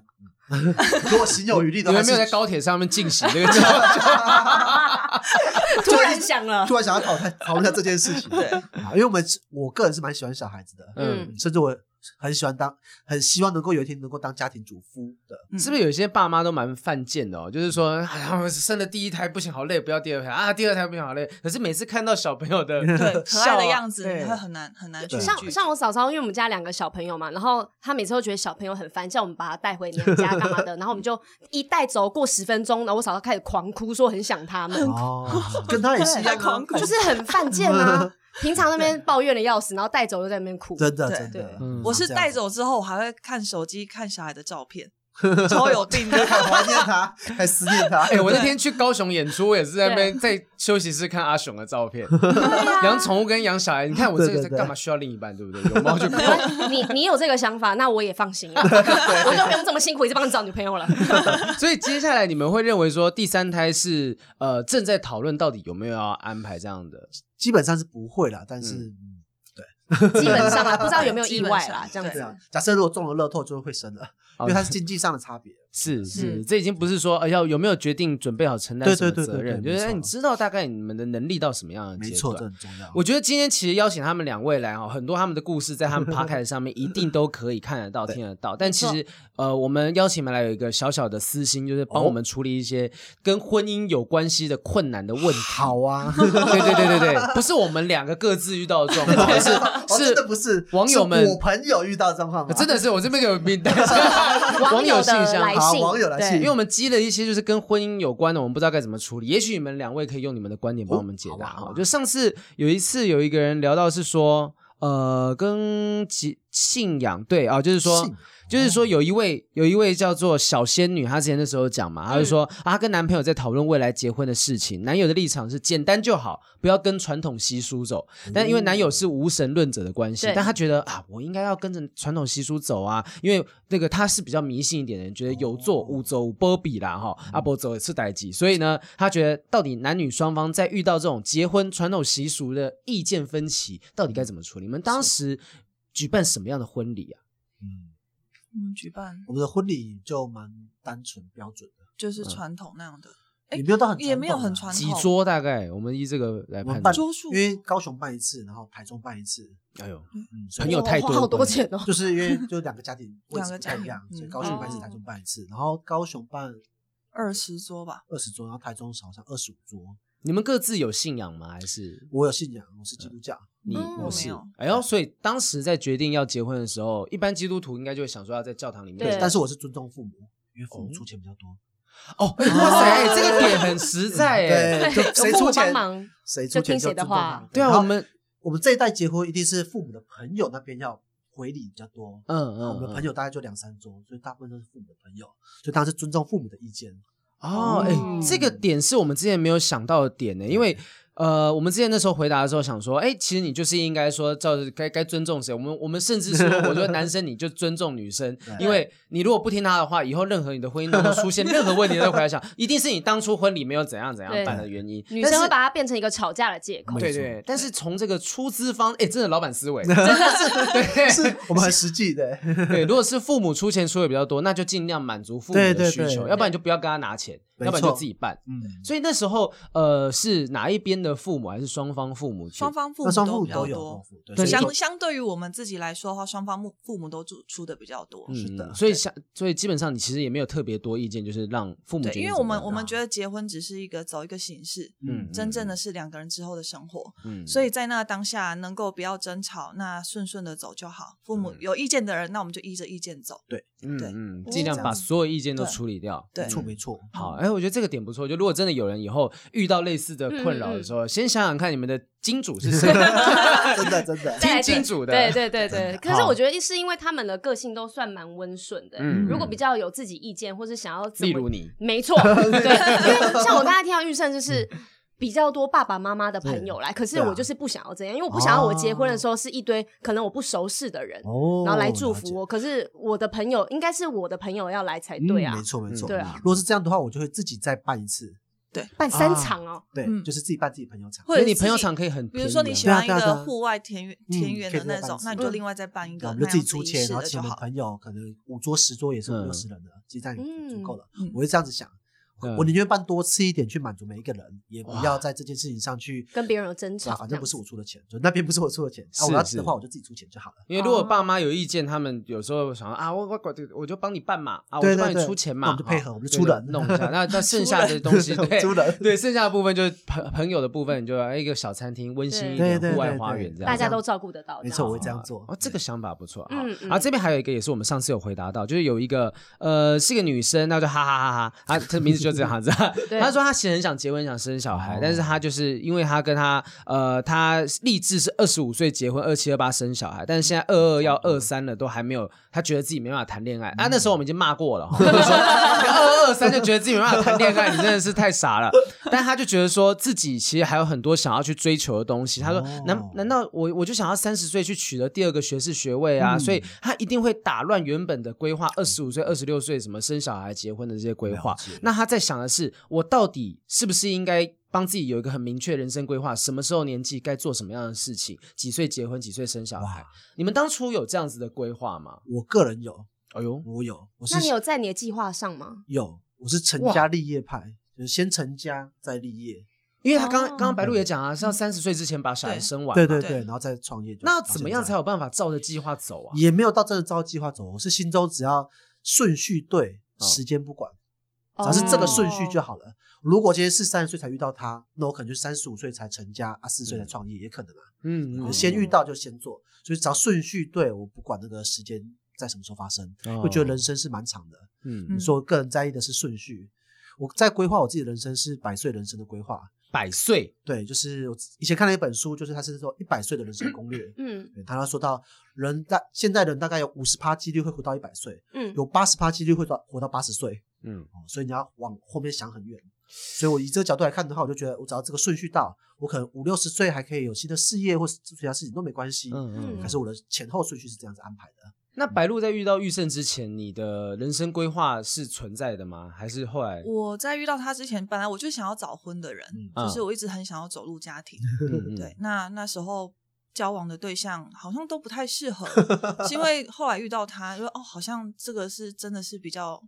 嗯 [LAUGHS] 如果行有余力你的，们没有还在是高铁上面进 [LAUGHS] 行这个计划。突然想了，突然想要讨论讨论一下这件事情，对啊，因为我们我个人是蛮喜欢小孩子的，嗯，甚至我很喜欢当，很希望能够有一天能够当家庭主夫的，嗯是不是有些爸妈都蛮犯贱的哦？就是说，啊，生了第一胎不行，好累，不要第二胎啊，第二胎不行，好累。可是每次看到小朋友的对，可爱笑啊的样子对你会很难很难去对像像我嫂嫂，因为我们家两个小朋友嘛，然后她每次都觉得小朋友很烦，叫我们把她带回娘家干嘛的，然后我们就一带走过十分钟，然后我嫂嫂开始狂哭，说很想他们，哦，跟他也是一样在狂啊，哭就是很犯贱啊。平常那边抱怨的要死，然后带走又在那边哭。真的对真的对，嗯我是带 [LAUGHS] 走之后，我还会看手机看小孩的照片， [LAUGHS] 超有病的。很怀念他，还思念他， [LAUGHS] 哎、我那天去高雄演出，我也是在那边在休息室看阿雄的照 [LAUGHS] 片，养宠物跟养小孩。你看我这啊对个对在对干嘛需要另一半，对不对？有猫就够没了。关系你你有这个想法，那我也放心了，啊我就不用这么辛苦一直帮你找女朋友了。所以接下来你们会认为说第三胎是呃正在讨论到底有没有要安排这样的， [LAUGHS] 基本上是不会啦，但是。嗯基本上啊，不知道有没有意外啦，基这本上样对子。啊，假设如果中了乐透就会生了，哦因为它是经济上的差 [LAUGHS] 别。是是，嗯这已经不是说呃要有没有决定准备好承担对什么对对责对任，就对是没哎错你知道大概你们的能力到什么样的阶段。没错，这很重要。我觉得今天其实邀请他们两位来哦，很多他们的故事在他 [LAUGHS] 们 podcast 上面一定都可以看得到、听得到。但其实呃，我们邀请你们来有一个小小的私心，就是帮我哦们处理一些跟婚姻有关系的困难的问题。好啊，对对对对对，不是我们两个各自遇到的状 [LAUGHS] 况，是哦真的不是网友们是我朋友遇到状况啊吗？真的是我这边有名 [LAUGHS] 单，网友信的来箱。好信，网友来信因为我们积了一些就是跟婚姻有关的，我们不知道该怎么处理。也许你们两位可以用你们的观点帮我们解答哦好啊哈、好啊就上次有一次有一个人聊到是说，呃，跟其信仰对啊、就是说信。哦就是说，有一位有一位叫做小仙女，她之前那时候讲嘛，她嗯就说、啊，她跟男朋友在讨论未来结婚的事情，男友的立场是简单就好，不要跟传统习俗走。但嗯因为男友是无神论者的关系对，但她觉得啊，我应该要跟着传统习俗走啊，因为那个她是比较迷信一点的人，觉得有做无走无波比啦哈，阿波走也是代际，所以呢，她觉得到底男女双方在遇到这种结婚传统习俗的意见分歧，到底该怎么处理？你们当时举办什么样的婚礼啊？嗯嗯，举办我们的婚礼就蛮单纯标准的，嗯就是传统那样的，哎也没有到很也没有很传传几统。桌大概？我们依这个来判统啊。我们断办。桌数因为高雄办一次，然后台中办一次，哎呦，嗯，所以朋友太多，哇好多钱哦。就是因为就两个家庭位两置个不太家一庭样，所以嗯高雄办一次，哦台中办一次，然后高雄办二十桌吧，二十桌，然后台中好像二十五桌。你们各自有信仰吗？还是我有信仰，我是基督教，你嗯不我是没有？哎呦，所以当时在决定要结婚的时候，一般基督徒应该就会想说要在教堂里面对结。但是我是尊重父母，因为父哦母出钱比较多。哦，哎哇塞，哎这个点很实在哎。对，就谁欸 [LAUGHS] 出有父母帮钱忙，谁出就钱听谁尊的重话他。对然啊，后我们我们这一代结婚一定是父母的朋友那边要回礼比较多。嗯然嗯后我们的嗯朋友大概就两三桌，所以大部分都是父母的朋友，所以当然是尊 [LAUGHS] 重父母的意见。哦，嗯哎，这个点是我们之前没有想到的点呢，因为。呃，我们之前那时候回答的时候想说，哎，其实你就是应该说，照着该该尊重谁。我们我们甚至说，我觉得男生你就尊重女生，因为你如果不听他的话，以后任何你的婚姻当中出现任何问题，都回来想，一定是你当初婚礼没有怎样怎样对办的原因。女但生是会把它变成一个吵架的借 [LAUGHS] 口。对没错对，但是从这个出资方，哎，真的老板思维，是我们很实际的， [LAUGHS] [LAUGHS] 对，如果是父母出钱出的比较多，那就尽量满足父母对的对需求，对要不然你就不要跟他拿钱，没要不然你就错自己办。嗯，所以那时候，呃，是哪一边的父母还是双方父母去？双方父那母双父比母较都有多，，都有对对，所以相相对于我们自己来说的话，双方父父母都出出的比较嗯多。是的所以对想，所以基本上你其实也没有特别多意见，就是让父母对，决定因为怎我么们办啊我们觉得结婚只是一个走一个形式，嗯真正的嗯是两个人之后的生活。嗯所以在那当下能够不要争吵，那顺顺的走就好。父母嗯有意见的人，那我们就依着意见走。嗯对嗯，我尽会量这把样子所有意见都对嗯处理掉。对没错没错，好，哎，我觉得这个点不错。就如果真的有人以后遇到类似的嗯困扰的时候，先想想看你们的金主 [LAUGHS] 是谁，真的真的，嗯再来听金主的。对对对对，可是好我觉得是因为他们的个性都算蛮温顺的、嗯如果比较有自己意见或是想要怎例么如你，[LAUGHS] 没错，对，因为像我刚才听到玉胜就是。比较多爸爸妈妈的朋友来，可嗯是对啊我就是不想要这样，因为我不想要我结婚的时候是一堆可能我不熟识的人，哦然后来祝福我。可是我的朋友应该是我的朋友要来才嗯对啊没，错没错。对啊如果是这样的话，我就会自己再办一次，办啊三场哦，对，嗯就是自己办自己朋友场。或因者为你自朋友己场可以很比便宜啊，如说你喜对啊欢一对啊对个啊户外田园嗯田园可以的自那己办种自，己那你就另外再办一对个，我那们就自己样出子一钱，式然后的请就我们好。朋友，可能五桌十桌也是五六十人的，其实这样也足够了。嗯我是这样子想，嗯我宁愿办多次一点，去满足每一个人，也不要在这件事情上去跟别人有争对啊吵，反这正样不是子我出的钱，就那边不是我出的钱，啊，是我要是的话我就自己出钱就好了。因为如果爸妈有意见，他们有时候想说啊，我我管我就帮你办嘛，啊，我对就帮对你对出钱那嘛，我们就配合啊我们就对出对人 [LAUGHS] 弄一下。那那剩下的东西，对出人对，剩下的部分就是朋朋友的部分，你就哎要一个小餐厅，温馨一对点，对对户外对花对园这样大子。家都照顾得到，没这错，样我子会这样做哦，。这个想法不错。嗯好，啊，这边还有一个也是我们上次有回答到，就是有一个呃是一个女生，那就哈哈哈哈，她她名字就这样子。啊 [LAUGHS] 对她说她其实很想结婚，想生小孩哦，但是她就是因为她跟她呃她立志是二十五岁结婚，二七二八生小孩，但是现在二二要二三了，都还没有，她觉得自己没办法谈恋爱。啊，那时候我们已经骂过了，哈就 [LAUGHS] 说二二三就觉得自己没办法谈恋爱，你真的是太傻了。但她就觉得说自己其实还有很多想要去追求的东西。她说哦难难道我我就想要三十岁去取得第二个学士学位啊？所嗯以她一定会打乱原本的规划，二十五岁、二十六岁什么生小孩、结婚的这些规划了解。那她在想的是，我到底是不是应该？帮自己有一个很明确的人生规划，什么时候年纪该做什么样的事情，几岁结婚，几岁生小孩哇。你们当初有这样子的规划吗？我个人有，哎呦，我有，我是那你有在你的计划上吗？有，我是成家立业派，就是先成家再立业，因为他刚哦刚刚白鹿也讲啊，是要三十岁之前把小孩生完。嗯对对对对，然后再创业就。那怎么样才有？有办法照着计划走啊？也没有到真的照计划走，我是心中只要顺序对，哦时间不管，只要是这个顺序就哦。好了。如果今天是三十岁才遇到他，那我可能就三十五岁才成家啊，四十岁才创业也可能啊。嗯哦先遇到就先做，所以只要顺序对，我不管那个时间在什么时候发生，我觉得人，生是蛮长的。哦嗯嗯嗯，所以我个人在意的是顺序。我在规划我自己的人生是百岁人生的规划，百岁，对，就是我以前看了一本书，就是他是说一百岁的人生攻略。嗯对，他说到人大现代人大概有五十趴几率会活到一百岁，嗯，有八十趴几率会到活到八十岁嗯，哦，所以你要往后面想很远。所以我以这个角度来看的话，我就觉得我只要这个顺序到，我可能五六十岁还可以有新的事业或是其他事情都没关系。嗯可嗯。是我的前后顺序是这样子安排的。那白鹿在遇到玉胜之前，你的人生规划是存在的吗？还是后来？我在遇到他之前，本来我就想要早婚的人，嗯就是嗯我一直很想要走入家庭。嗯嗯对，那那时候交往的对象好像都不太适合， [LAUGHS] 是因为后来遇到他，因为哦，好像这个是真的是比较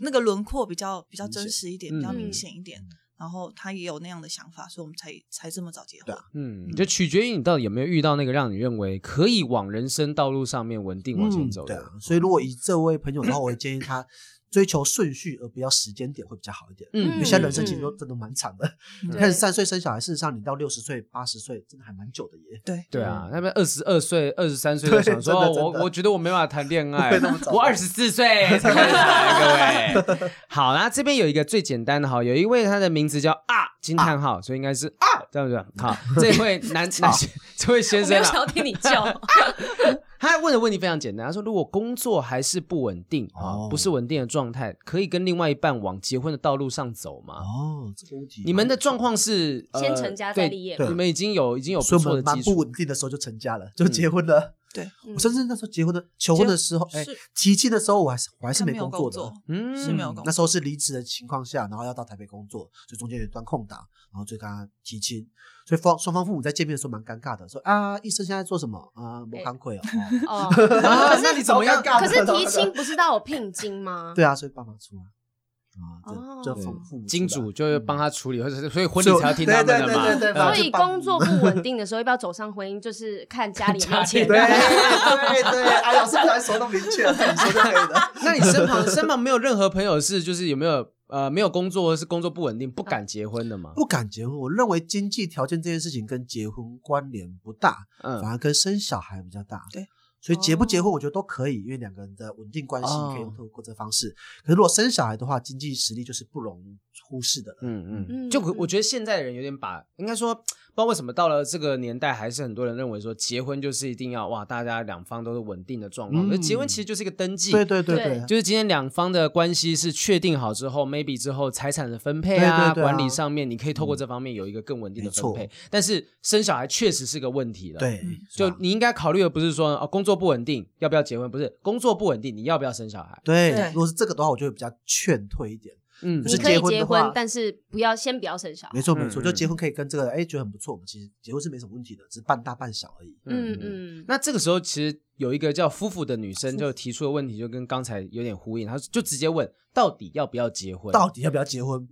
那个轮廓比较比较真实一点，比较嗯明显一点。然后他也有那样的想法，所以我们才才这么早结婚对。啊嗯，就取决于你到底有没有遇到那个让你认为可以往人生道路上面稳定往前走对的嗯啊。。所以如果以这位朋友的话，我会建议他追求顺序而不要时间点会比较好一点。嗯因为现在人生其实都真的蛮长的，嗯开始三岁生小孩，事实上你到六十岁、八十岁，真的还蛮久的耶。对对啊，那边二十二岁、二十三岁就嗯对想说，真的哦真的我我觉得我没办法谈恋爱不会那么，早我二十四 [LAUGHS] 岁才开始谈，各位。好啦，这边有一个最简单的哈，有一位他的名字叫啊惊叹号，所以应该是啊这样子。好，这 [LAUGHS] 位男男先这位先生我没有啊想，要听你叫，哎 [LAUGHS] 他问的问题非常简单，他说如果工作还是不稳定啊、哦不是稳定的状态，可以跟另外一半往结婚的道路上走吗？哦，这个问题啊你们的状况是、呃、先成家再立业对对你们已经有已经有所不以错我的们蛮基不础嗯稳，定的时候就成家了，就结婚了。对，嗯我甚至那时候结婚的求婚的时候，哎是，提亲的时候我还是我还是他没有工工作的。作，嗯是没有工作那时候是离职的情况下，然后要到台北工作，所以中间有一段空档，然后就跟他提亲，所以双双方父母在见面的时候蛮尴尬的，说啊，医生现在在做什么啊？没康亏哦。哦哦，啊？那你怎么样？好尴尬可是提亲不是都有聘金吗？ [LAUGHS] 对啊，所以爸妈出啊，哦啊，这这父父母金主就会会帮他处理，或者是所以婚礼才要听他们的嘛。嗯对对对对嗯对所以工作不稳定的时候，要不要走上婚姻，就是看 [LAUGHS] 家里有没有对钱。啊对对，哎，老师不然说都明确了，你说就可以了。那你身旁身旁没有任何朋友是就是有没有呃没有工作或是工作不稳定不敢结婚的吗？ [LAUGHS] 不敢结婚，我认为经济条件这件事情跟结婚关联不大，反嗯，而跟生小孩比较大。对。所以结不结婚，我觉得都可以，因为两个人的稳定关系哦可以用透过这方式。可是如果生小孩的话，经济实力就是不容忽视的了。嗯嗯，嗯就嗯我觉得现在的人有点把，应该说不知道为什么到了这个年代，还是很多人认为说结婚就是一定要哇，大家两方都是稳定的状况。嗯那结婚其实就是一个登记，对对对对对，就是今天两方的关系是确定好之后，maybe 之后财产的分配啊、对对对啊嗯管理上面，你可以透过这方面有一个更稳定的分没配。但是生小孩确实是个问题了。。对啊嗯，就是吧你应该考虑的不是说哦工作不稳定要不要结婚，不是工作不稳定你要不要生小孩？对对。如果是这个的话，我就会比较劝退一点。嗯不你是可以结婚结的话婚，但是不要先不要生小孩没。错嗯没错，嗯就结婚可以跟这个，哎，觉得很不错。我们其实结婚是没什么问题的，只是半大半小而已。嗯。嗯，那这个时候其实有一个叫夫妇的女生就提出的问题，就跟刚才有点呼应，她就直接问到底要不要结婚？到底要不要结婚？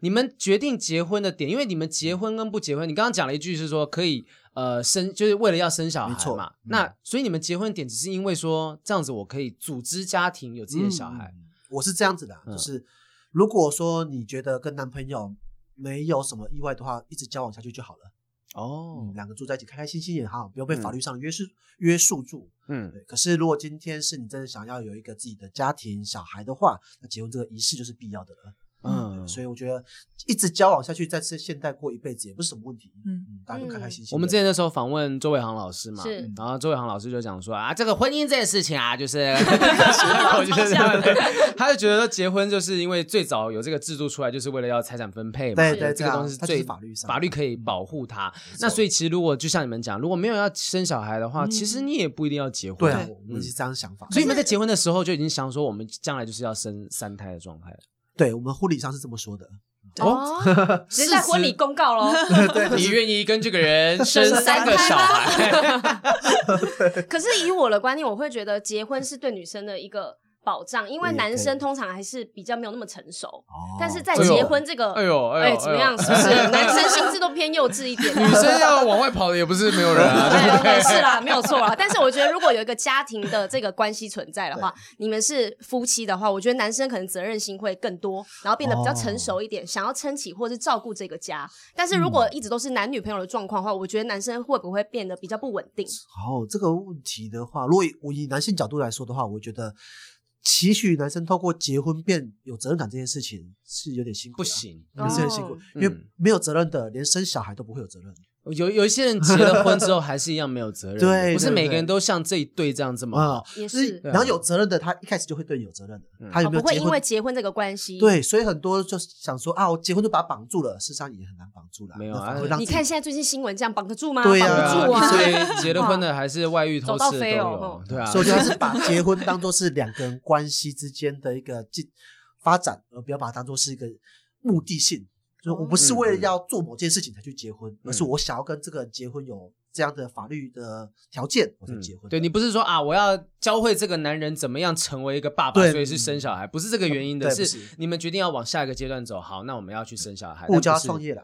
你们决定结婚的点，因为你们结婚跟不结婚，你刚刚讲了一句是说可以呃生，就是为了要生小没孩错嘛。嗯那所以你们结婚点只是因为说这样子我可以组织家庭，有自己的小孩。嗯。我是这样子的啊，嗯就是如果说你觉得跟男朋友没有什么意外的话，一直交往下去就好了。哦嗯，，两个住在一起开开心心也好，不要被法律上的约束约束住。嗯对，可是如果今天是你真的想要有一个自己的家庭、小孩的话，那结婚这个仪式就是必要的了。嗯，所以我觉得一直交往下去，在这现代过一辈子也不是什么问题。嗯嗯，大家都开开心心的。我们之前那时候访问周伟航老师嘛，是然后周伟航老师就讲说啊，这个婚姻这件事情啊，就是 [LAUGHS] 向我觉得对 [LAUGHS] 他就觉得说结婚就是因为最早有这个制度出来，就是为了要财产分配嘛，对就是对这个对啊东西是它就是最法律上法律可以嗯保护他。没错那所以其实如果就像你们讲，如果没有要生小孩的话，嗯其实你也不一定要结婚。对啊，对我们是这样想法。所以你们在结婚的时候就已经想说，我们将来就是要生三胎的状态了。对我们婚礼上是这么说的。哦， [LAUGHS] 直接在婚礼公告 [LAUGHS] 喽。你愿意跟这个人生三个小 [LAUGHS] 孩？可是以我的观念，我会觉得结婚是对女生的一个保障，因为男生通常还是比较没有那么成熟，哦但是在结婚这个，哎呦哎呦，哎，怎么样？哎是呦不是男生心智都偏幼稚一 [LAUGHS] 点？女生要往外跑的也不是没有人 [LAUGHS] 啊，对对不对？对是啦，没有错啦。但是我觉得，如果有一个家庭的这个关系存在的话，你们是夫妻的话，我觉得男生可能责任心会更多，然后变得比较成熟一点，想要撑起或是照顾这个家。但是如果一直都是男女朋友的状况的话，我觉得男生会不会变得比较不稳定？好，这个问题的话，如果以我以男性角度来说的话，我觉得期许男生透过结婚变有责任感这件事情是有点辛苦、啊不，行，也是很辛苦，哦因为嗯没有责任的，连生小孩都不会有责任。有有一些人结了婚之后还是一样没有责任的，对不是对对每个人都像这一对这样这么啊好，，也所以是。然后有责任的，他一开始就会对你有责任的，嗯他有哦没有不会结因为婚？结婚这个关系，，对，所以很多就是想说啊，我结婚就把他绑住了，事实上也很难绑住了。没有那反而啊会让你自己看现在最近新闻这样绑得住吗？对绑啊不住啊，啊！所以结了婚的还是外遇偷走到吃的都飞哦有，对啊，所以我觉得是把 [LAUGHS] 结婚当做是两个人关系之间的一个进发展，而不要把它当做是一个目的性。就是我不哦是嗯为了要做某件事情才去结婚，而是我想要跟这个人结婚有这样的法律的条件，我才嗯结婚的、对你不是说啊，我要教会这个男人怎么样成为一个爸爸，对嗯所以是生小孩，不是这个原因的，对不是是你们决定要往下一个阶段走。好，那我们要去生小孩，不教要他创，业啦，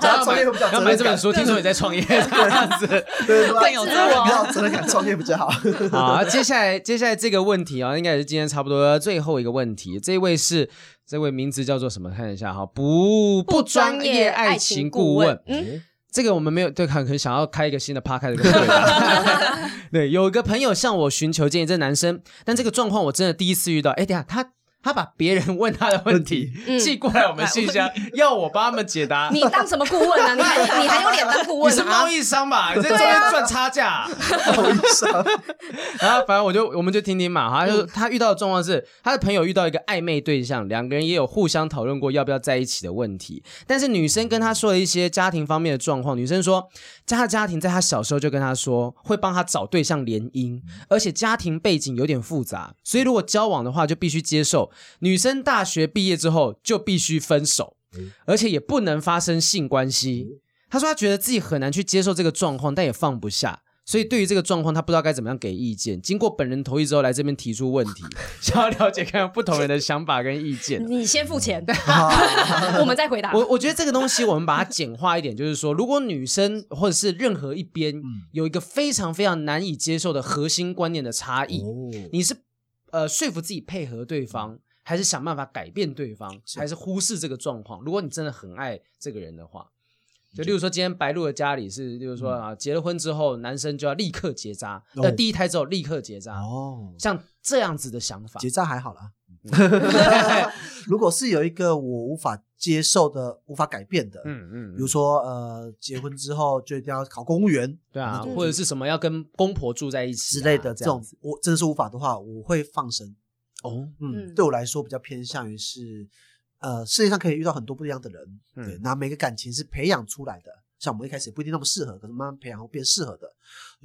然后创业会比 [LAUGHS] 较要责买任这本感， [LAUGHS] 书，听说你在创业 [LAUGHS] 这样子。对吧？更有比自我较责任感，创业比较好。好，接下来接下来这个问题啊、应该也是今天差不多最后一个问题。这位是这位名字叫做什么？看一下哈，不不专业爱情顾问。嗯这个我们没有对，可能想要开一个啊新的 p a r k [LAUGHS] 对，对，有一个朋友向我寻求建议，这男生，但这个状况我真的第一次遇到。哎，等一下他他把别人问他的问 [LAUGHS] 题嗯寄过来我们信 [LAUGHS] 箱，要我帮他们解答。你当什么顾问啊？你还你还有脸当顾你问是啊贸？易商吧？你在中间赚差价啊、好意思啊， [LAUGHS] 然后反正我就我们就听听嘛，他就他遇到的状况是，他的朋友遇到一个暧昧对象，两个人也有互相讨论过要不要在一起的问题，但是女生跟他说了一些家庭方面的状况，女生说，她的家庭在她小时候就跟她说会帮她找对象联姻，而且家庭背景有点复杂，所以如果交往的话就必须接受，女生大学毕业之后就必须分手，而且也不能发生性关系。他说他觉得自己很难去接受这个状况，但也放不下。所以对于这个状况，他不知道该怎么样给意见。经过本人同意之后，来这边提出问题，想要了解看看不同人的想法跟意见。你先付钱，哦我们再回答。我我觉得这个东西我们把它简化一点，就是说，如果女生或者是任何一边嗯有一个非常非常难以接受的核心观念的差异，哦你是呃说服自己配合对方，还是想办法改变对方，还是忽视这个状况？如果你真的很爱这个人的话，嗯就例如说今天白鹿的家里是，例如说啊结了婚之后，男生就要立刻结扎，哦呃第一胎之后立刻结扎，哦，像这样子的想法结，账还好啦。 [LAUGHS] 如果是有一个我无法接受的、无法改变的，嗯嗯，比如说呃，结婚之后就一定要考公务员对啊，嗯或者是什么要跟公婆住在一起啊之类的，这这样种子我真的是无法的话，我会放生。哦，嗯，嗯对我来说比较偏向于是，呃，世界上可以遇到很多不一样的人，嗯对，那每个感情是培养出来的。像我们一开始也不一定那么适合，可是慢慢培养后变适合的，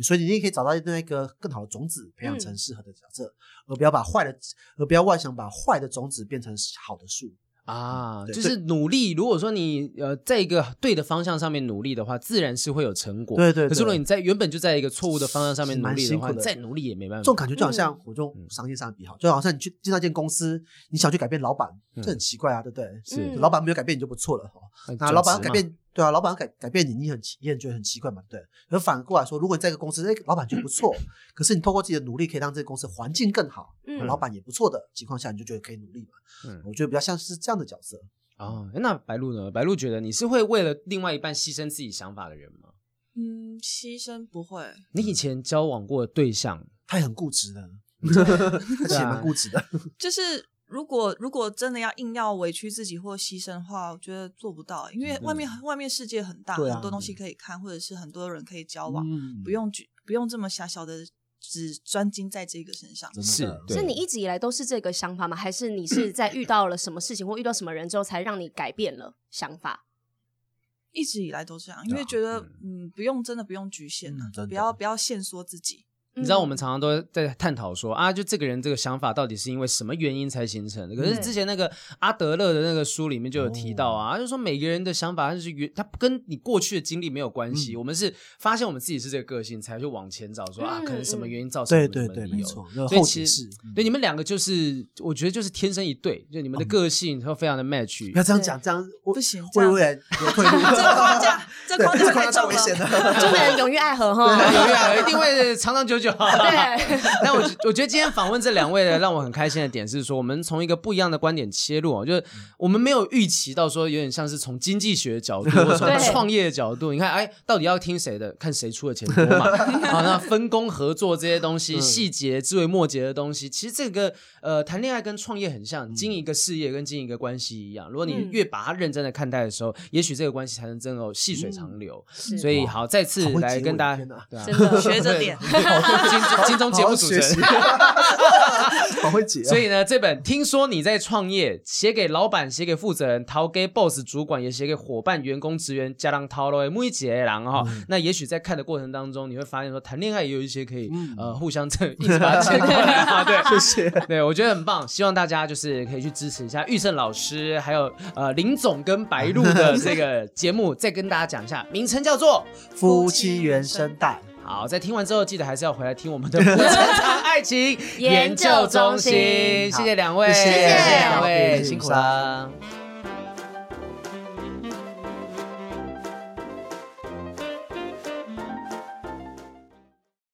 所以你一定可以找到另外一个更好的种子，培养成嗯适合的角色，而不要把坏的，而不要妄想把坏的种子变成好的树。啊，对就是努力。如果说你呃在一个对的方向上面努力的话，自然是会有成果。对对对可是如果你在原本就在一个错误的方向上面是努蛮力的辛话，苦你的再努力也没办法嗯这种。感觉就好嗯像我这种商业上的比好，就好像你去进到一间公司，你想去改变老板，嗯这很奇怪啊，对不对？是嗯老板没有改变你就不错了哈。呃那老板转要职改嘛变，对啊，老板要改改变你，你很奇，你也觉得很奇怪嘛，对。而反过来说，如果你在一个公司，哎，老板觉得 [LAUGHS] 不错，可是你透过自己的努力，可以让这个公司环境更好，嗯老板也不错的情况下，你就觉得可以努力嘛。嗯我觉得比较像是这样的角色。哦，那白鹿呢？白鹿觉得你是会为了另外一半牺牲自己想法的人吗？嗯，牺牲不会，你以前交往过的对象，他也很固 [LAUGHS] 执的，啊而且也蛮固执的。嗯就是如果如果真的要硬要委屈自己或牺牲的话，我觉得做不到，欸因为外面、外面世界很大，嗯对啊很多东西可以看，或者是很多人可以交往，嗯不，用局不用这么狭小的只专精在这个身上。真是的对是你一直以来都是这个想法吗？还是你是在遇到了什么事情或遇到什么人之后才让你改变了想法？一直以来都这样，因为觉得嗯不用真的不用局限了、啊嗯真的不要不要限缩自 [LAUGHS] 己。你嗯知道我们常常都在探讨说啊，就这个人这个想法到底是因为什么原因才形成的？可是对之前那个阿德勒的那个书里面就有提到哦啊，他就说每个人的想法他就是原，他跟你过去的经历没有关系，嗯我们是发现我们自己是这个个性，才去往前找说啊，嗯可能什么原因造成对我们什么对对，理没由错，那所以后其期实是，嗯对你们两个就是，我觉得就是天生一对，就你们的个性都非常的 match。哦不要这样讲，这样我不行这会样不会有退路？ [LAUGHS] 这框架，这 [LAUGHS] 对框架太太重危险了。了。中年人永浴爱河哈。 [LAUGHS] 有呀，一定会长长久 [LAUGHS] 久。对， [LAUGHS] 但我觉我觉得今天访问这两位呢，让我很开心的点是说，我们从一个不一样的观点切入哦，就是我们没有预期到说，有点像是从经济学的角度，或从对创业的角度，你看，哎，到底要听谁的，看谁出的钱多 [LAUGHS] 嘛？啊，那分工合作这些东西，嗯细节、枝微末节的东西，其实这个呃，谈恋爱跟创业很嗯像，经营一个事业跟经营一个关系一样。如果你嗯越把它认真的看待的时候，也许这个关系才能真的细水长流。嗯是所以好，再次好会来结跟尾大家天哪对啊真的学着 [LAUGHS] 点金金钟节目主持人。好会解啊。所以呢，这本听说你在创业，写给老板，写给负责人，掏给 boss 主管，也写给伙伴、员工、职员，加上掏喽，木一姐然哈。嗯那也许在看的过程当中，你会发现说，谈恋爱也有一些可以、嗯呃互相这一直把它牵过来啊，对，谢谢。 [LAUGHS] 对，我觉得很棒，希望大家就是可以去支持一下玉胜老师，还有呃林总跟白鹿的这个节目。再跟大家讲一下，名称叫做夫妻原声带，好，在听完之后，记得还是要回来听我们的《不正常爱情研究中心谢谢两位，谢谢两位谢谢辛苦了。